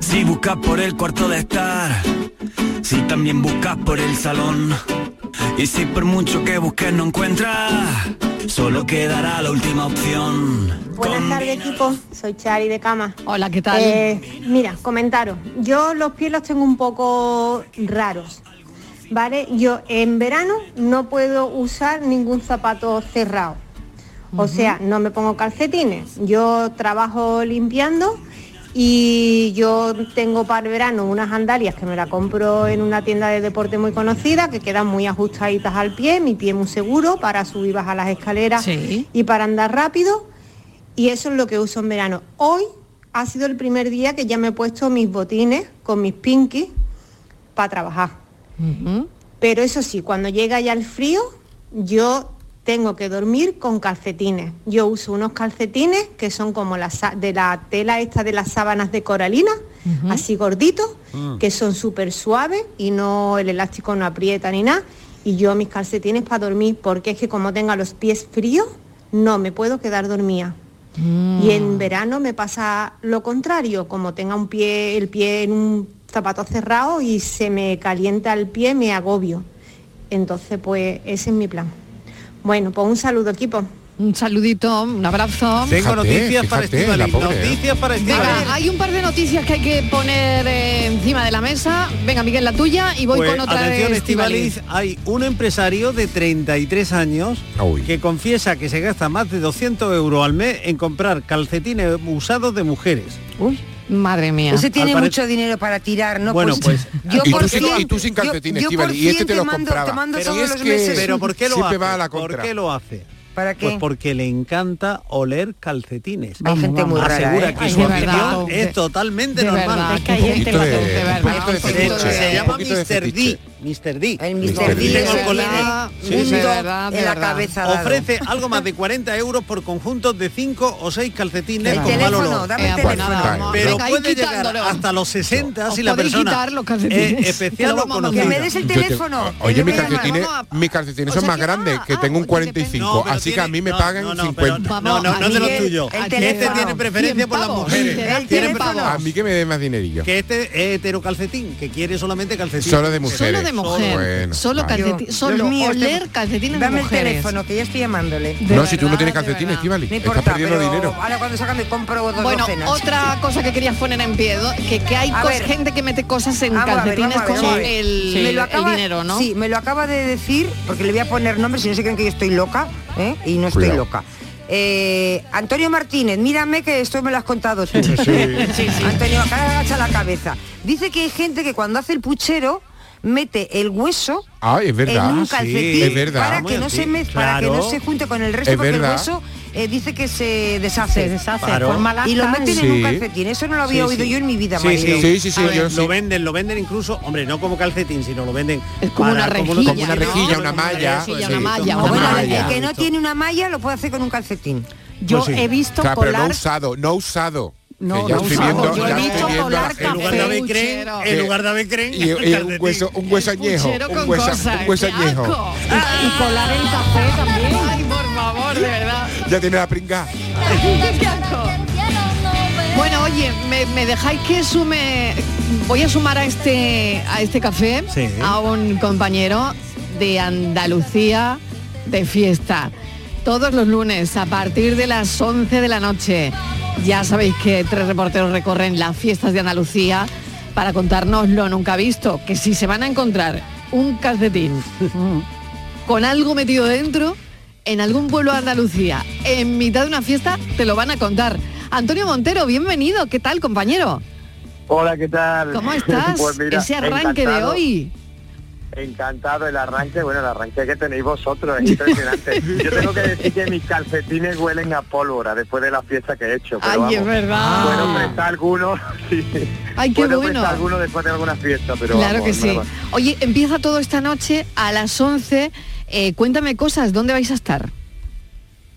Speaker 23: Si buscas por el cuarto de estar, si también buscas por el salón. Y si por mucho que busques no encuentras, solo quedará la última opción.
Speaker 39: Buenas tardes equipo, soy Chari de Cama. Eh,
Speaker 21: Hola, ¿qué tal?
Speaker 39: mira, comentaros, yo los pies los tengo un poco raros, ¿vale? Yo en verano no puedo usar ningún zapato cerrado, o sea, no me pongo calcetines, yo trabajo limpiando y yo tengo para el verano unas andalias que me la compro en una tienda de deporte muy conocida, que quedan muy ajustaditas al pie, mi pie muy seguro para subir y bajar las escaleras y para andar rápido. Y eso es lo que uso en verano. Hoy ha sido el primer día que ya me he puesto mis botines con mis pinkies para trabajar. Pero eso sí, cuando llega ya el frío, yo tengo que dormir con calcetines. Yo uso unos calcetines que son como la, sa- de la tela esta de las sábanas de coralina, así gorditos,
Speaker 14: Mm.
Speaker 39: que son súper suaves y no el elástico no aprieta ni nada. Y yo mis calcetines para dormir, porque es que como tenga los pies fríos, no me puedo quedar dormida. Y
Speaker 21: Mm.
Speaker 39: en verano me pasa lo contrario, como tenga un pie, el pie en un zapato cerrado y se me calienta el pie, me agobio. Entonces, pues ese es mi plan. Bueno, pues un saludo equipo.
Speaker 21: Un saludito, un abrazo.
Speaker 5: Tengo noticias para
Speaker 22: fíjate, la
Speaker 5: Estivali.
Speaker 22: pobre, ¿eh?
Speaker 5: Noticias para Estivali.
Speaker 21: Venga, hay un par de noticias que hay que poner eh, encima de la mesa. Venga, Miguel, la tuya y voy
Speaker 5: Pues,
Speaker 21: con otra
Speaker 5: atención,
Speaker 21: de
Speaker 5: Estivaliz,
Speaker 21: Estivaliz.
Speaker 5: hay un empresario de 33 años que confiesa que se gasta más de 200 euros al mes en comprar calcetines usados de mujeres.
Speaker 21: Uy, madre mía.
Speaker 25: Ese tiene
Speaker 5: Al pare-
Speaker 25: mucho dinero para tirar, ¿no?
Speaker 5: Bueno, pues,
Speaker 25: yo
Speaker 5: y
Speaker 25: por
Speaker 5: tú sin-
Speaker 25: cien-
Speaker 5: y tú sin
Speaker 25: yo-
Speaker 5: calcetines,
Speaker 25: yo por
Speaker 5: Estíbaliz, y este
Speaker 25: cien
Speaker 5: te los
Speaker 25: mando-
Speaker 5: compraba.
Speaker 25: te mando
Speaker 5: Pero
Speaker 25: todos
Speaker 5: es
Speaker 25: los
Speaker 5: que-
Speaker 25: meses.
Speaker 5: pero ¿por qué lo
Speaker 25: Siempre
Speaker 5: hace?
Speaker 25: va a la
Speaker 5: ¿Por
Speaker 25: contra.
Speaker 5: qué lo hace?
Speaker 25: ¿Para qué?
Speaker 5: Pues porque le encanta oler calcetines.
Speaker 25: Hay gente muy rara,
Speaker 5: Asegura
Speaker 25: ¿eh?
Speaker 5: que
Speaker 25: Ay,
Speaker 5: su
Speaker 25: de verdad.
Speaker 5: afición
Speaker 25: De-
Speaker 5: es totalmente
Speaker 25: de
Speaker 5: normal.
Speaker 25: verdad, Es que hay un gente poquito de- de verdad, un poquito de un poquito fetiche, de-
Speaker 5: Se
Speaker 25: un
Speaker 5: llama
Speaker 25: poquito de
Speaker 5: Mr. D.
Speaker 25: fetiche.
Speaker 5: Mr. D.
Speaker 25: El Mr. D
Speaker 5: Tengo
Speaker 25: es el
Speaker 5: el
Speaker 25: que
Speaker 5: colega.
Speaker 25: tiene
Speaker 5: Sí, sí.
Speaker 25: mundo De verdad, de en la verdad. cabeza dado.
Speaker 5: Ofrece algo más de 40 euros por conjuntos de 5 o 6 calcetines
Speaker 25: El
Speaker 5: con mal
Speaker 25: teléfono,
Speaker 5: olor.
Speaker 25: dame el Eh, pues teléfono. nada, vamos.
Speaker 5: Pero
Speaker 25: Venga, ir
Speaker 5: puede llegar
Speaker 25: quitándolo.
Speaker 5: hasta los 60 si la
Speaker 25: podéis
Speaker 5: persona
Speaker 25: quitar los calcetines.
Speaker 5: es
Speaker 25: Que lo
Speaker 5: especial o
Speaker 25: vamos a
Speaker 5: conocida.
Speaker 25: Que me des el
Speaker 22: Yo te-
Speaker 25: teléfono.
Speaker 22: o- Oye,
Speaker 25: que
Speaker 22: mis
Speaker 25: me llaman.
Speaker 22: calcetines, mis calcetines son más grandes, que tengo un 45, así que a mí me pagan 50.
Speaker 5: no, no, no de los tuyos.
Speaker 25: el
Speaker 5: Que este
Speaker 25: teléfono.
Speaker 5: tiene preferencia por las mujeres.
Speaker 25: El
Speaker 5: Tiene
Speaker 25: teléfono.
Speaker 5: preferencia-
Speaker 22: A mí que me dé más dinerillo.
Speaker 5: Que este es heterocalcetín, que quiere solamente calcetín.
Speaker 22: Solo de mujeres. Solo de mujer. Bueno,
Speaker 21: Solo
Speaker 22: vale.
Speaker 21: calceti-
Speaker 25: Yo-
Speaker 21: solo
Speaker 25: los míos,
Speaker 21: oler
Speaker 25: te-
Speaker 21: calcetines de
Speaker 25: Dame el
Speaker 21: mujeres.
Speaker 25: teléfono, que ya estoy llamándole.
Speaker 22: no, si tú no tienes calcetines, Estivali,
Speaker 25: No
Speaker 22: estás
Speaker 25: importa,
Speaker 22: perdiendo
Speaker 25: pero
Speaker 22: dinero.
Speaker 25: ahora cuando salga me compro dos
Speaker 21: Bueno,
Speaker 25: docenas.
Speaker 21: otra cosa que querías poner en pie, do- que, que hay
Speaker 25: A
Speaker 21: cos-
Speaker 25: ver.
Speaker 21: gente que mete cosas en
Speaker 25: Ah, Vamos a ver,
Speaker 21: calcetines
Speaker 25: vamos a ver,
Speaker 21: como
Speaker 25: vamos a ver.
Speaker 21: el,
Speaker 25: Me lo
Speaker 21: el
Speaker 25: acaba-
Speaker 21: dinero, ¿no?
Speaker 25: Sí, me lo acaba de decir, porque le voy a poner nombre, si no se creen que yo estoy loca, ¿eh? y no estoy
Speaker 22: Cuidado.
Speaker 25: loca. eh, Antonio Martínez, mírame que esto me lo has contado tú. Antonio, acá agacha la cabeza. Dice que hay gente que cuando hace el puchero mete el hueso
Speaker 22: Ah, es verdad.
Speaker 25: en un
Speaker 22: sí,
Speaker 25: calcetín
Speaker 22: es verdad.
Speaker 25: para, que no se mez- para que no
Speaker 22: Claro.
Speaker 25: se junte con el resto
Speaker 22: Es
Speaker 25: porque
Speaker 22: verdad.
Speaker 25: el hueso eh, dice que se deshace,
Speaker 22: Se deshace, Claro. forma
Speaker 25: y lo
Speaker 22: lajas.
Speaker 25: meten en un
Speaker 22: Sí.
Speaker 25: calcetín. Eso no lo había
Speaker 5: Sí,
Speaker 25: oído
Speaker 5: sí.
Speaker 25: yo en mi vida,
Speaker 5: Sí,
Speaker 25: Mariló.
Speaker 5: sí, sí, sí, sí,
Speaker 25: A ver.
Speaker 5: yo lo venden, lo venden incluso, hombre, no como calcetín, sino lo venden
Speaker 25: como
Speaker 5: para-
Speaker 25: una
Speaker 5: como
Speaker 25: rejilla,
Speaker 5: como una
Speaker 25: ¿no?
Speaker 5: rejilla,
Speaker 25: Como
Speaker 5: una
Speaker 25: una
Speaker 5: malla,
Speaker 25: rejilla,
Speaker 5: sí.
Speaker 25: una
Speaker 5: malla,
Speaker 25: Ah,
Speaker 5: una
Speaker 25: bueno, el-
Speaker 5: malla.
Speaker 25: el que no tiene una malla lo puede hacer con un calcetín.
Speaker 22: Pues sí. Claro, pero no usado, no usado.
Speaker 25: No,
Speaker 22: Que ya
Speaker 25: no
Speaker 22: estoy
Speaker 25: usado.
Speaker 22: viendo-
Speaker 25: Yo he
Speaker 22: ya
Speaker 25: visto
Speaker 22: estoy viendo
Speaker 25: colar
Speaker 22: a-
Speaker 5: En lugar de avecren, en lugar de avecren,
Speaker 22: y, y un hueso, un hueso añejo,
Speaker 5: puchero
Speaker 22: un
Speaker 5: con
Speaker 22: hueso,
Speaker 5: cosas,
Speaker 22: un hueso
Speaker 5: qué
Speaker 22: añejo.
Speaker 5: asco.
Speaker 21: Y colar el café también. Ay, por favor, de verdad.
Speaker 22: Ya tiene la pringa.
Speaker 21: Qué asco. Bueno, oye, me, me dejáis que sume. Voy a sumar a este a este café
Speaker 5: Sí.
Speaker 21: a un compañero de Andalucía de fiesta. Todos los lunes a partir de las 11 de la noche. Ya sabéis que tres reporteros recorren las fiestas de Andalucía para contarnos lo nunca visto, que si se van a encontrar un calcetín con algo metido dentro en algún pueblo de Andalucía, en mitad de una fiesta, te lo van a contar. Antonio Montero, bienvenido. ¿Qué tal, compañero?
Speaker 26: Hola, ¿qué tal?
Speaker 21: ¿Cómo estás?
Speaker 26: Pues mira,
Speaker 21: Ese arranque de
Speaker 26: encantado.
Speaker 21: hoy.
Speaker 26: Encantado el arranque, bueno, el arranque que tenéis vosotros es impresionante. Yo tengo que decir que mis calcetines huelen a pólvora después de la fiesta que he hecho. Pero
Speaker 21: Ay,
Speaker 26: vamos,
Speaker 21: es verdad.
Speaker 26: Puedo prestar algunos, sí.
Speaker 21: Ay, qué
Speaker 26: Puedo
Speaker 21: bueno.
Speaker 26: prestar algunos después de alguna fiesta, pero
Speaker 21: claro
Speaker 26: vamos,
Speaker 21: que sí.
Speaker 26: nada.
Speaker 21: Oye, empieza todo esta noche a las 11. Eh, cuéntame cosas, ¿dónde vais a estar?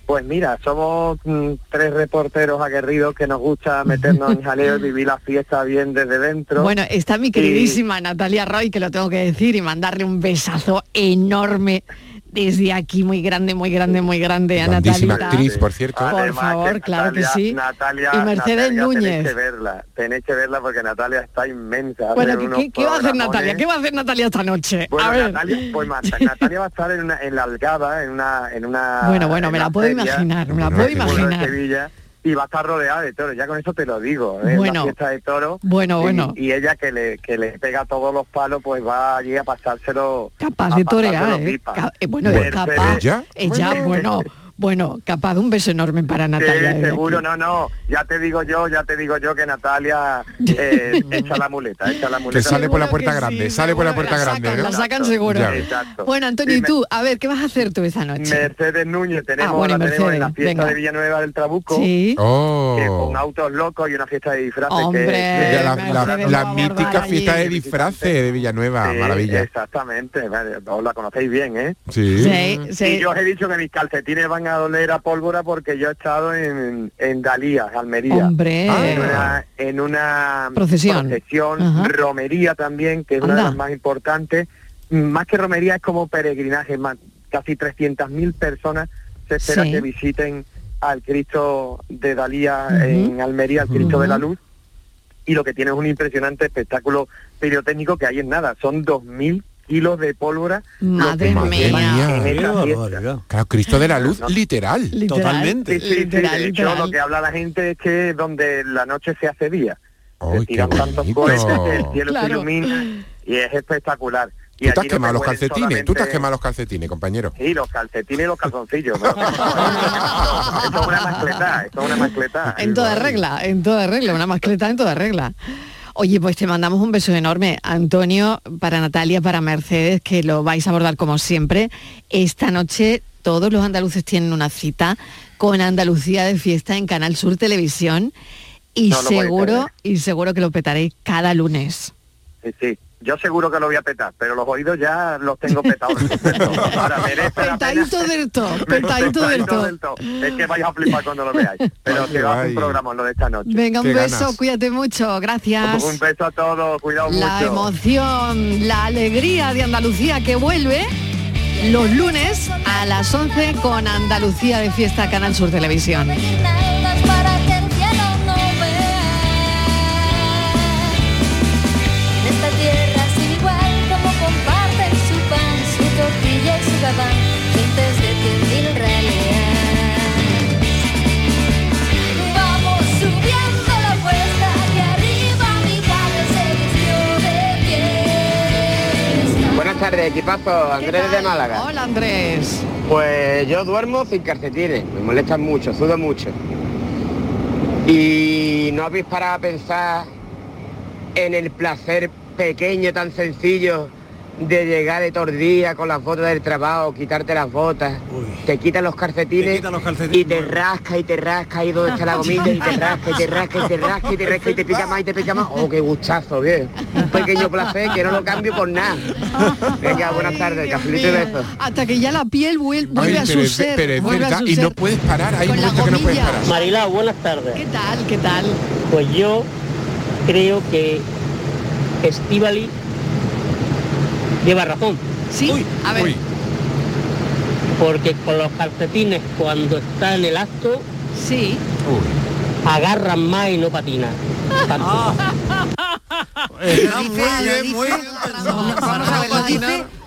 Speaker 26: Pues mira, somos mm, tres reporteros aguerridos que nos gusta meternos en jaleo y vivir la fiesta bien desde dentro.
Speaker 21: Bueno, está mi
Speaker 26: Y-
Speaker 21: queridísima Natalia Roy, que lo tengo que decir, y mandarle un besazo enorme desde aquí, muy grande, muy grande, muy grande a
Speaker 22: Grandísima
Speaker 21: Natalia.
Speaker 22: actriz, por cierto.
Speaker 26: Además,
Speaker 21: Por favor,
Speaker 26: que
Speaker 21: claro que
Speaker 26: Natalia-
Speaker 21: sí.
Speaker 26: Natalia,
Speaker 21: Y Mercedes
Speaker 26: Natalia,
Speaker 21: Núñez.
Speaker 26: Tenéis que verla, tenéis que verla porque Natalia está inmensa. hace
Speaker 21: Bueno, ¿qué-
Speaker 26: unos
Speaker 21: ¿qué, qué va a hacer
Speaker 26: programones.
Speaker 21: Natalia? ¿Qué va a hacer Natalia esta noche?
Speaker 26: Bueno,
Speaker 21: a ver.
Speaker 26: Natalia, pues Marta, Natalia va a estar en, una, en la Algaba, en una... En una
Speaker 21: Bueno, bueno,
Speaker 26: en
Speaker 21: me
Speaker 26: una
Speaker 21: la puedo
Speaker 26: feria,
Speaker 21: imaginar, me la
Speaker 26: en
Speaker 21: puedo
Speaker 26: un pueblo de
Speaker 21: imaginar.
Speaker 26: Sevilla, y va a estar rodeada de toros, ya con eso te lo digo. ¿eh?
Speaker 21: Bueno.
Speaker 26: la fiesta de toros.
Speaker 21: Bueno,
Speaker 26: y,
Speaker 21: bueno.
Speaker 26: Y ella que le, que le pega todos los palos, pues va allí a pasárselo...
Speaker 21: capaz
Speaker 26: a
Speaker 21: de torear,
Speaker 26: pasárselo
Speaker 21: ¿eh?
Speaker 26: pipa.
Speaker 21: Ca- eh, bueno,
Speaker 26: Mercedes-
Speaker 21: capaz, ¿Ella? bueno, bueno, capaz de un beso enorme para Natalia. ¿eh?
Speaker 26: este- Sí,
Speaker 21: desde
Speaker 26: Eh, seguro,
Speaker 21: aquí.
Speaker 26: no, no, ya te digo yo, ya te digo yo que Natalia eh, echa la muleta, echa la muleta.
Speaker 22: Que sale por la puerta grande, sale por la puerta grande. ¿eh? ¿no?
Speaker 21: La sacan seguro.
Speaker 26: Ya. Exacto.
Speaker 21: Bueno, Antonio, ¿y
Speaker 26: Dime.
Speaker 21: tú? A ver, ¿qué vas a hacer tú esta noche?
Speaker 26: Mercedes Núñez, tenemos,
Speaker 21: Ah, bueno, y
Speaker 26: la tenemos en la
Speaker 21: Mercedes,
Speaker 26: fiesta
Speaker 21: venga.
Speaker 26: de Villanueva del Trabuco,
Speaker 21: Sí.
Speaker 26: que
Speaker 22: Oh.
Speaker 26: con autos locos y una fiesta de disfraces.
Speaker 21: Hombre,
Speaker 26: que, eh,
Speaker 22: Ya la, la- la mítica fiesta de disfraces de Villanueva,
Speaker 26: Sí,
Speaker 22: maravilla.
Speaker 26: Exactamente, vale, os la conocéis bien, ¿eh?
Speaker 22: Sí. Sí,
Speaker 26: sí. Y yo os he dicho que mis calcetines van a doler a pólvora porque yo he estado en, en Dalías, Almería.
Speaker 21: Hombre.
Speaker 26: En una, en una
Speaker 21: Procesión.
Speaker 26: procesión,
Speaker 21: Ajá.
Speaker 26: romería también, que es una de
Speaker 21: Anda.
Speaker 26: las más importantes. Más que romería es como peregrinaje, más, casi 300.000 personas se espera
Speaker 28: Sí.
Speaker 26: que visiten al Cristo de Dalía en Almería, al Cristo de la Luz y lo que tiene es un impresionante espectáculo pirotécnico que hay en nada. Son 2.000 kilos de pólvora.
Speaker 21: Madre
Speaker 26: lo que se
Speaker 22: mía.
Speaker 26: quema en esa
Speaker 22: Qué
Speaker 26: fiesta.
Speaker 22: Claro, Cristo de la Luz,
Speaker 26: No.
Speaker 22: literal.
Speaker 26: Sí, sí, sí, de hecho, lo que habla la gente es que donde la noche se hace día.
Speaker 22: Ay,
Speaker 26: se
Speaker 22: qué
Speaker 26: tiran tantos
Speaker 22: bonito.
Speaker 26: cohetes que el cielo se
Speaker 21: Claro.
Speaker 26: ilumina y es espectacular. Y
Speaker 22: Tú te has
Speaker 26: allí no
Speaker 22: quemado los
Speaker 26: huelen
Speaker 22: calcetines, tú te has
Speaker 26: solamente-
Speaker 22: quemado los calcetines, compañero.
Speaker 26: Sí, los calcetines y los calzoncillos. me los- esto es una mascletá, esto es una mascletá.
Speaker 21: En toda regla, en toda regla, una mascleta en toda regla. Oye, pues te mandamos un beso enorme, Antonio, para Natalia, para Mercedes, que lo vais a abordar como siempre. Esta noche todos los andaluces tienen una cita con Andalucía de fiesta en Canal Sur Televisión y
Speaker 26: No lo voy a
Speaker 21: seguro
Speaker 26: perder.
Speaker 21: y seguro que lo petaréis cada lunes.
Speaker 26: Sí, sí. Yo seguro que lo voy a petar, pero los oídos ya los tengo petados. Ahora merece la pena.
Speaker 21: Petadito del todo, petadito del todo. Pues
Speaker 26: del todo. Es que vais a flipar cuando lo veáis. Pero que va a ser un programa lo de esta noche.
Speaker 21: Venga, un beso, cuídate mucho, gracias.
Speaker 26: Un beso a todos, cuidado
Speaker 21: La
Speaker 26: mucho.
Speaker 21: emoción, la alegría de Andalucía que vuelve los lunes a las 11 con Andalucía de Fiesta Canal Sur Televisión.
Speaker 14: para que el cielo no vea. En esta tierra sin igual como comparten su pan, su tortilla y su gabán, gentes de cien mil raleas. Vamos subiendo la cuesta que arriba mi padre se vistió de fiesta.
Speaker 40: Buenas
Speaker 28: tardes, equipazo. Andrés de Málaga.
Speaker 21: Hola Andrés.
Speaker 28: Pues yo duermo sin calcetines, me molestan mucho, sudo mucho. Y no habéis parado a pensar en el placer pequeño, tan sencillo, de llegar de tordía con las botas del trabajo, quitarte las botas, te quitan los calcetines, y te rasca y te rasca y donde está la gomita y te rasca y te rasca y te rasca y te rasca y te pica más y te pica más. Oh, qué gustazo, bien. Un pequeño placer que no lo cambio por nada. Venga, buenas tardes, cafelito y besos.
Speaker 21: Hasta que ya la piel vuel- vuelve
Speaker 22: Ay,
Speaker 21: a
Speaker 22: pero
Speaker 21: su
Speaker 22: es-
Speaker 21: ser.
Speaker 22: pero es
Speaker 21: vuelve a
Speaker 22: verdad,
Speaker 21: su
Speaker 22: y no
Speaker 21: ser.
Speaker 22: puedes parar, hay
Speaker 21: Con la
Speaker 22: momentos que no puedes
Speaker 21: gomilla.
Speaker 22: parar.
Speaker 41: Marilao, buenas tardes.
Speaker 21: ¿Qué tal? ¿Qué tal?
Speaker 41: Pues yo creo que Estivali lleva razón.
Speaker 21: Sí, a ver.
Speaker 41: Porque con los calcetines cuando está en el acto,
Speaker 21: sí.
Speaker 41: agarran más y no patina. Tanto.
Speaker 21: Ah.
Speaker 28: Lo dice- lo dice- Lo dice-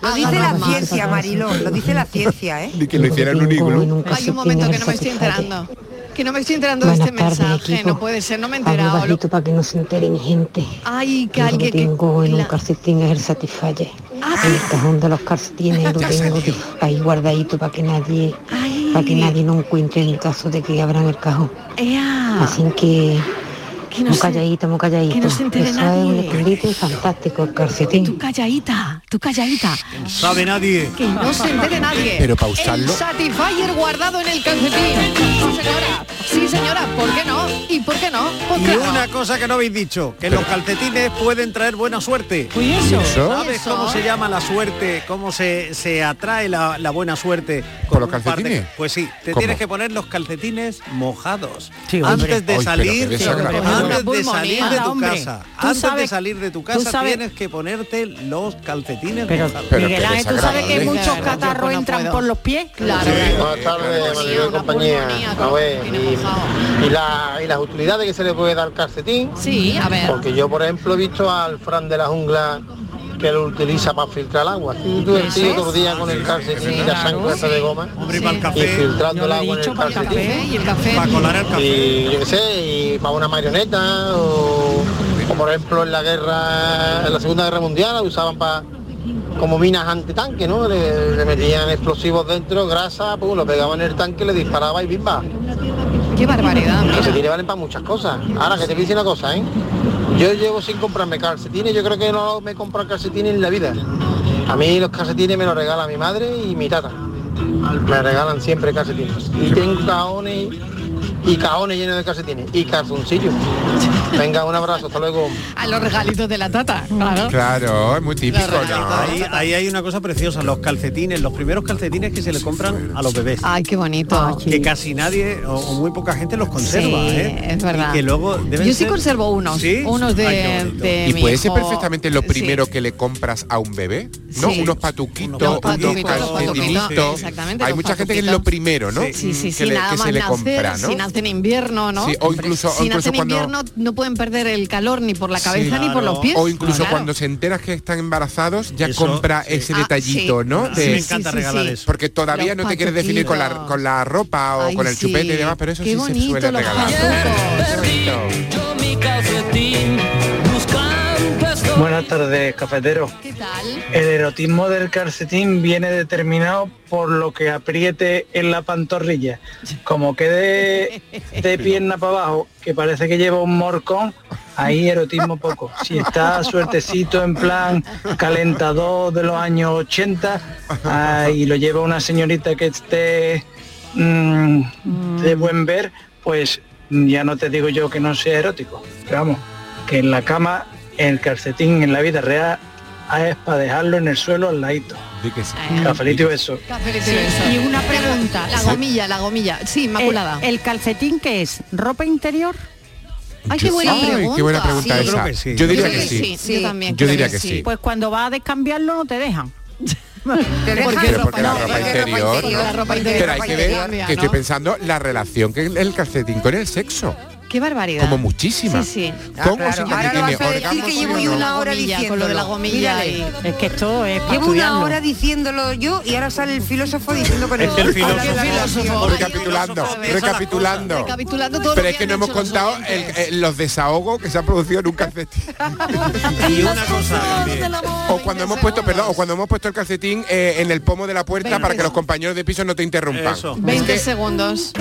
Speaker 25: Ah,
Speaker 28: lo dice la ciencia, Mariló, lo dice la ciencia, ¿eh?
Speaker 22: Ni que lo hicieran un ígulo.
Speaker 21: Hay un momento que no me estoy enterando. Que no me estoy enterando de este mensaje. No puede ser, no me he
Speaker 33: Hablo
Speaker 21: enterado.
Speaker 33: bajito para que no se enteren gente.
Speaker 21: Ay, que
Speaker 33: Yo
Speaker 21: alguien
Speaker 33: lo
Speaker 21: que-
Speaker 33: tengo en un
Speaker 21: la- Ah,
Speaker 33: calcetín es el Satisfyer. en el cajón de los calcetines lo tengo ahí guardadito para que nadie, para que nadie lo encuentre en el caso de que abran el cajón.
Speaker 21: Ea.
Speaker 37: Pues
Speaker 33: Así que,
Speaker 21: Ah. Que no
Speaker 33: muy
Speaker 21: se-
Speaker 33: calladito, muy calladito.
Speaker 21: que no se entere
Speaker 33: Eso es un
Speaker 21: nadie.
Speaker 33: escondite fantástico el calcetín.
Speaker 21: Tú calladita, tú calladita.
Speaker 22: Sabe nadie.
Speaker 21: Que no se entere nadie.
Speaker 22: Pero para usarlo.
Speaker 21: El Satisfyer guardado en el calcetín. Sí, señora. Sí, señora. ¿Por qué no? ¿Y por qué no? Pues
Speaker 5: Y
Speaker 21: claro.
Speaker 5: una cosa que no habéis dicho, que los calcetines pueden traer buena suerte.
Speaker 21: ¿Y eso? ¿Eso?
Speaker 5: ¿Sabes
Speaker 21: ¿Eso?
Speaker 5: cómo se llama la suerte? ¿Cómo se, se atrae la, la buena suerte? ¿Con los
Speaker 22: calcetines?
Speaker 5: pues sí, te
Speaker 22: ¿Cómo?
Speaker 5: tienes que poner los calcetines mojados.
Speaker 22: Sí, hombre. Ay,
Speaker 5: antes de
Speaker 22: pero
Speaker 5: salir,
Speaker 22: qué desagradable.
Speaker 5: antes de
Speaker 22: Pulmonía.
Speaker 5: salir de
Speaker 22: Anda,
Speaker 5: tu
Speaker 22: hombre.
Speaker 5: casa.
Speaker 21: Tú
Speaker 5: Antes de
Speaker 21: sabes-
Speaker 5: salir de tu
Speaker 21: tú
Speaker 5: casa
Speaker 21: sabes-
Speaker 5: tienes que ponerte los calcetines mojados.
Speaker 33: Miguel Ángel, ¿tú sabes que muchos
Speaker 24: catarros entran por los pies?
Speaker 33: Claro.
Speaker 40: Buenas tardes, Mariló y compañía. A ver, y, y la, y las utilidades que se le puede dar al calcetín.
Speaker 21: Sí, a ver.
Speaker 40: Porque yo, por ejemplo, he visto al Fran de la jungla que lo utiliza para filtrar el agua. Y tú el tío todo el día con el calcetín y la sangre esa de goma. Y filtrando el agua en el calcetín.
Speaker 21: y el café.
Speaker 40: Y yo qué sé, y para una marioneta o, o, por ejemplo en la guerra, en la Segunda Guerra Mundial la usaban para como minas antitanque, ¿no? Le, le metían explosivos dentro, grasa, pues lo pegaban en el tanque, le disparaba y bimba.
Speaker 21: Qué barbaridad.
Speaker 40: Los calcetines valen para muchas cosas. Ahora que te voy a decir una cosa, ¿eh? Yo llevo sin comprarme calcetines, yo creo que no me he comprado calcetines en la vida. A mí los calcetines me los regala mi madre y mi tata. Me regalan siempre calcetines. Y tengo cajones y cajones llenos de calcetines. Y calzoncillos. Venga, un abrazo, hasta luego.
Speaker 21: A los regalitos de la tata, claro.
Speaker 22: Claro, es muy típico, ¿no?
Speaker 5: Ahí, ahí hay una cosa preciosa, los calcetines, los primeros calcetines que se le compran a los bebés.
Speaker 21: Ay, qué bonito.
Speaker 5: que casi nadie o, o muy poca gente los conserva,
Speaker 21: Sí,
Speaker 5: ¿eh?
Speaker 21: es verdad.
Speaker 5: Y que luego deben
Speaker 21: Yo sí
Speaker 5: ser-
Speaker 21: conservo unos,
Speaker 5: ¿Sí?
Speaker 21: unos de,
Speaker 5: Ay, qué bonito.
Speaker 21: de
Speaker 22: Y
Speaker 21: mi
Speaker 22: puede ser
Speaker 21: hijo.
Speaker 22: perfectamente lo
Speaker 21: Sí.
Speaker 22: primero que le compras a un bebé, ¿no?
Speaker 21: Sí.
Speaker 22: Unos patuquitos,
Speaker 21: Los
Speaker 22: unos
Speaker 21: patuquitos, los patuquitos,
Speaker 22: calcetinitos.
Speaker 21: exactamente,
Speaker 22: Hay
Speaker 21: los
Speaker 22: mucha gente que es lo
Speaker 21: patuquitos.
Speaker 22: primero, ¿no? Mm,
Speaker 21: Sí, sí, sí,
Speaker 22: Que le,
Speaker 21: nada
Speaker 22: que
Speaker 21: más
Speaker 22: se le
Speaker 21: nacer,
Speaker 22: compra, ¿no?
Speaker 21: si nacen en invierno, ¿no?
Speaker 22: Sí, o incluso- o
Speaker 21: si
Speaker 22: incluso
Speaker 21: nacen en
Speaker 22: cuando-
Speaker 21: invierno no pueden perder el calor ni por la cabeza ni por los pies.
Speaker 22: O incluso
Speaker 21: Claro.
Speaker 22: cuando se enteras que están embarazados, ya compra ese detallito,
Speaker 21: Ah, sí.
Speaker 22: ¿no?
Speaker 5: A mí me encanta Sí, sí, regalar sí. eso.
Speaker 22: Porque todavía
Speaker 5: Los
Speaker 22: no te quieres definir con la, con la ropa o
Speaker 5: Ay,
Speaker 22: con el
Speaker 5: sí.
Speaker 22: chupete y demás, pero eso
Speaker 5: Qué
Speaker 22: sí se
Speaker 5: bonito
Speaker 22: suele
Speaker 5: los
Speaker 22: regalar.
Speaker 14: Yo mi calcetín buscando estoy.
Speaker 42: Buenas tardes, cafetero.
Speaker 14: ¿Qué tal?
Speaker 42: El erotismo del calcetín viene determinado por lo que apriete en la pantorrilla. Como quede de pierna para abajo, que parece que lleva un morcón, ahí erotismo poco. Si está suertecito en plan calentador de los años 80 ah, y lo lleva una señorita que esté mm, de buen ver, pues ya no te digo yo que no sea erótico. Pero vamos, que en la cama, el calcetín en la vida real es para dejarlo en el suelo al ladito. Cafelito y beso.
Speaker 21: Cafelito
Speaker 24: Sí,
Speaker 21: beso.
Speaker 24: y una pregunta.
Speaker 21: La gomilla, la gomilla. Sí, Inmaculada.
Speaker 24: El, el calcetín que es ropa interior.
Speaker 22: Ay, qué buena Ay, qué pregunta. buena pregunta
Speaker 5: Yo creo
Speaker 22: esa.
Speaker 5: que sí.
Speaker 22: Yo diría que sí.
Speaker 24: Yo también.
Speaker 22: Yo diría que sí.
Speaker 24: Pues cuando vas a descambiarlo no te dejan. Te
Speaker 22: Pero
Speaker 24: dejan
Speaker 22: porque la ropa interior.
Speaker 24: interior, la ropa
Speaker 22: Pero hay
Speaker 24: interior
Speaker 22: que ver
Speaker 24: cambia,
Speaker 22: que estoy
Speaker 24: ¿no?
Speaker 22: pensando la relación que el calcetín con el sexo.
Speaker 21: Ah,
Speaker 24: Qué barbaridad.
Speaker 22: Como muchísimas.
Speaker 24: Sí, sí.
Speaker 22: Con o sin que
Speaker 24: Ahora lo
Speaker 22: tiene
Speaker 24: vas a decir
Speaker 22: orgasmo
Speaker 24: que
Speaker 22: sin
Speaker 24: llevo yo
Speaker 22: orgasmo.
Speaker 24: una hora diciendo con lo de la gomilla.
Speaker 25: Mírale.
Speaker 24: y-
Speaker 43: Es que esto es para
Speaker 25: Llevo una
Speaker 43: estudiarlo.
Speaker 25: hora diciéndolo yo y ahora sale el filósofo diciendo con el
Speaker 22: Recapitulando, recapitulando.
Speaker 24: Recapitulando todo lo
Speaker 22: Pero
Speaker 24: que
Speaker 22: es que
Speaker 24: han
Speaker 22: no hemos
Speaker 24: dicho los
Speaker 22: contado el-
Speaker 24: oyentes.
Speaker 22: eh, los desahogos que se han producido en un calcetín. y una cosa O cuando hemos puesto, perdón, o cuando hemos puesto el calcetín eh, en el pomo de la puerta para que los compañeros de piso no te interrumpan.
Speaker 5: Eso.
Speaker 24: 20 segundos.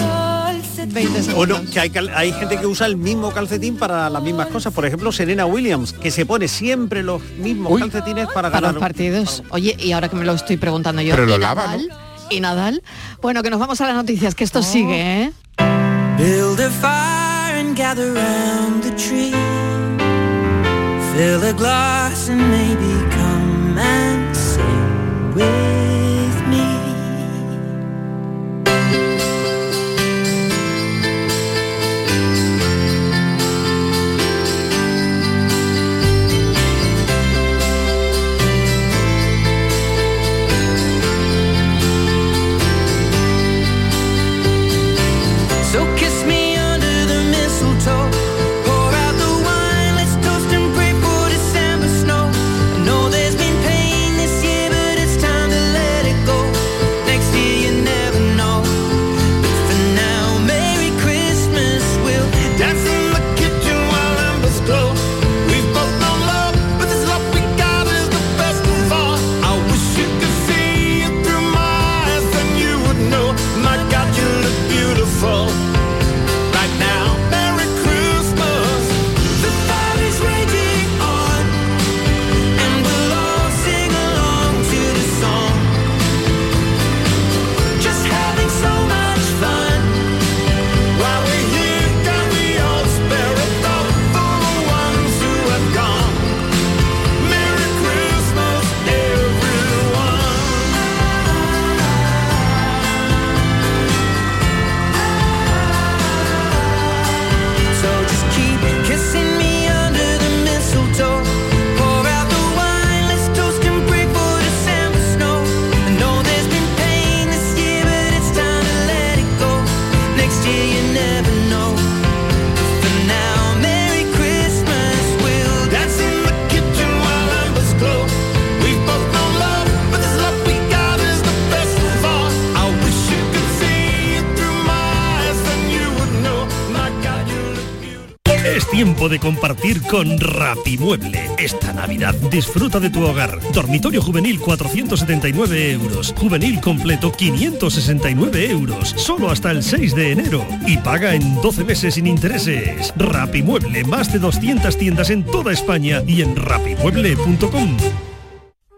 Speaker 24: 20 segundos.
Speaker 5: Bueno, que hay, cal- hay gente que usa el mismo calcetín para las mismas cosas. Por ejemplo, Serena Williams, que se pone siempre los mismos calcetines
Speaker 24: para
Speaker 5: para ganar.
Speaker 24: los partidos. Oye, y ahora que me lo estoy preguntando yo.
Speaker 5: Pero lo
Speaker 24: ¿y
Speaker 5: lava,
Speaker 24: Nadal? ¿Y Nadal? Bueno, que nos vamos a las noticias, que
Speaker 22: Oh.
Speaker 24: esto sigue, ¿eh?
Speaker 27: Build a fire and gather round the tree. Fill a glass and maybe come and sing with me. So kiss me under the mistletoe. Pour out the wine, let's toast and pray for December snow. I know there's been pain this year, but it's time to let it go. Next year you never know. But for now, Merry Christmas. We'll dance in the kitchen while embers glow. We've both known love, but this love we got is the best of all. I wish you could see it through my eyes, then you would know. My God, you look beautiful right now. Merry Christmas. The fire is raging on, and we'll all sing along to the song. Just having so much fun. While we're here, can we all spare a thought for the ones who have gone? Merry Christmas, everyone. So just keep kissing me under the mistletoe. Pour out the wine, let's toast and pray for December snow. I know there's been pain this year, but it's time to let it go. Next year you never know. For now, Merry Christmas. We'll dance in the kitchen while embers glow. We've both known love, but this love we got is the best of all. I wish you could see it through my eyes, then you would know. My God, you look
Speaker 44: Es tiempo de compartir con Rapimueble. Esta Navidad disfruta de tu hogar. Dormitorio juvenil 479 euros. Juvenil completo 569 euros. Solo hasta el 6 de enero. Y paga en 12 meses sin intereses. Rapimueble, más de 200 tiendas en toda España y en rapimueble.com.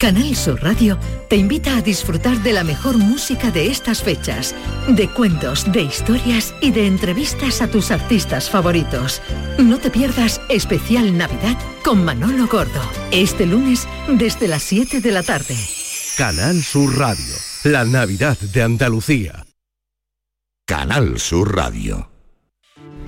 Speaker 21: Canal Sur Radio te invita a disfrutar de la mejor música de estas fechas, de cuentos, de historias y de entrevistas a tus artistas favoritos. No te pierdas especial Navidad con Manolo Gordo, este lunes desde las 7 de la tarde.
Speaker 16: Canal Sur Radio, la Navidad de Andalucía. Canal Sur Radio.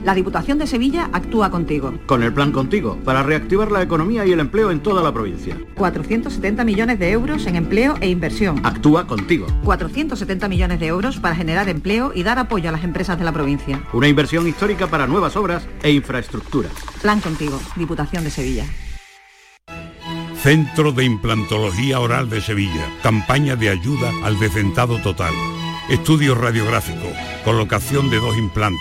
Speaker 25: La Diputación de Sevilla actúa contigo.
Speaker 45: Con el plan contigo, para reactivar la economía y el empleo en toda la provincia.
Speaker 25: 470 millones de euros en empleo e inversión.
Speaker 45: Actúa contigo.
Speaker 25: 470 millones de euros para generar empleo y dar apoyo a las empresas de la provincia.
Speaker 45: Una inversión histórica para nuevas obras e infraestructuras.
Speaker 25: Plan contigo, Diputación de Sevilla.
Speaker 16: Centro de Implantología Oral de Sevilla. Campaña de ayuda al desentado total. Estudio radiográfico, colocación de dos implantes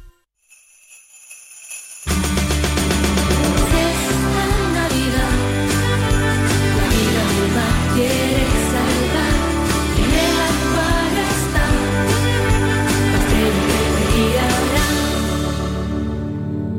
Speaker 27: Navidad, la vida misma quiere salvar, tiene las para estar, más que lo que pedir habrá.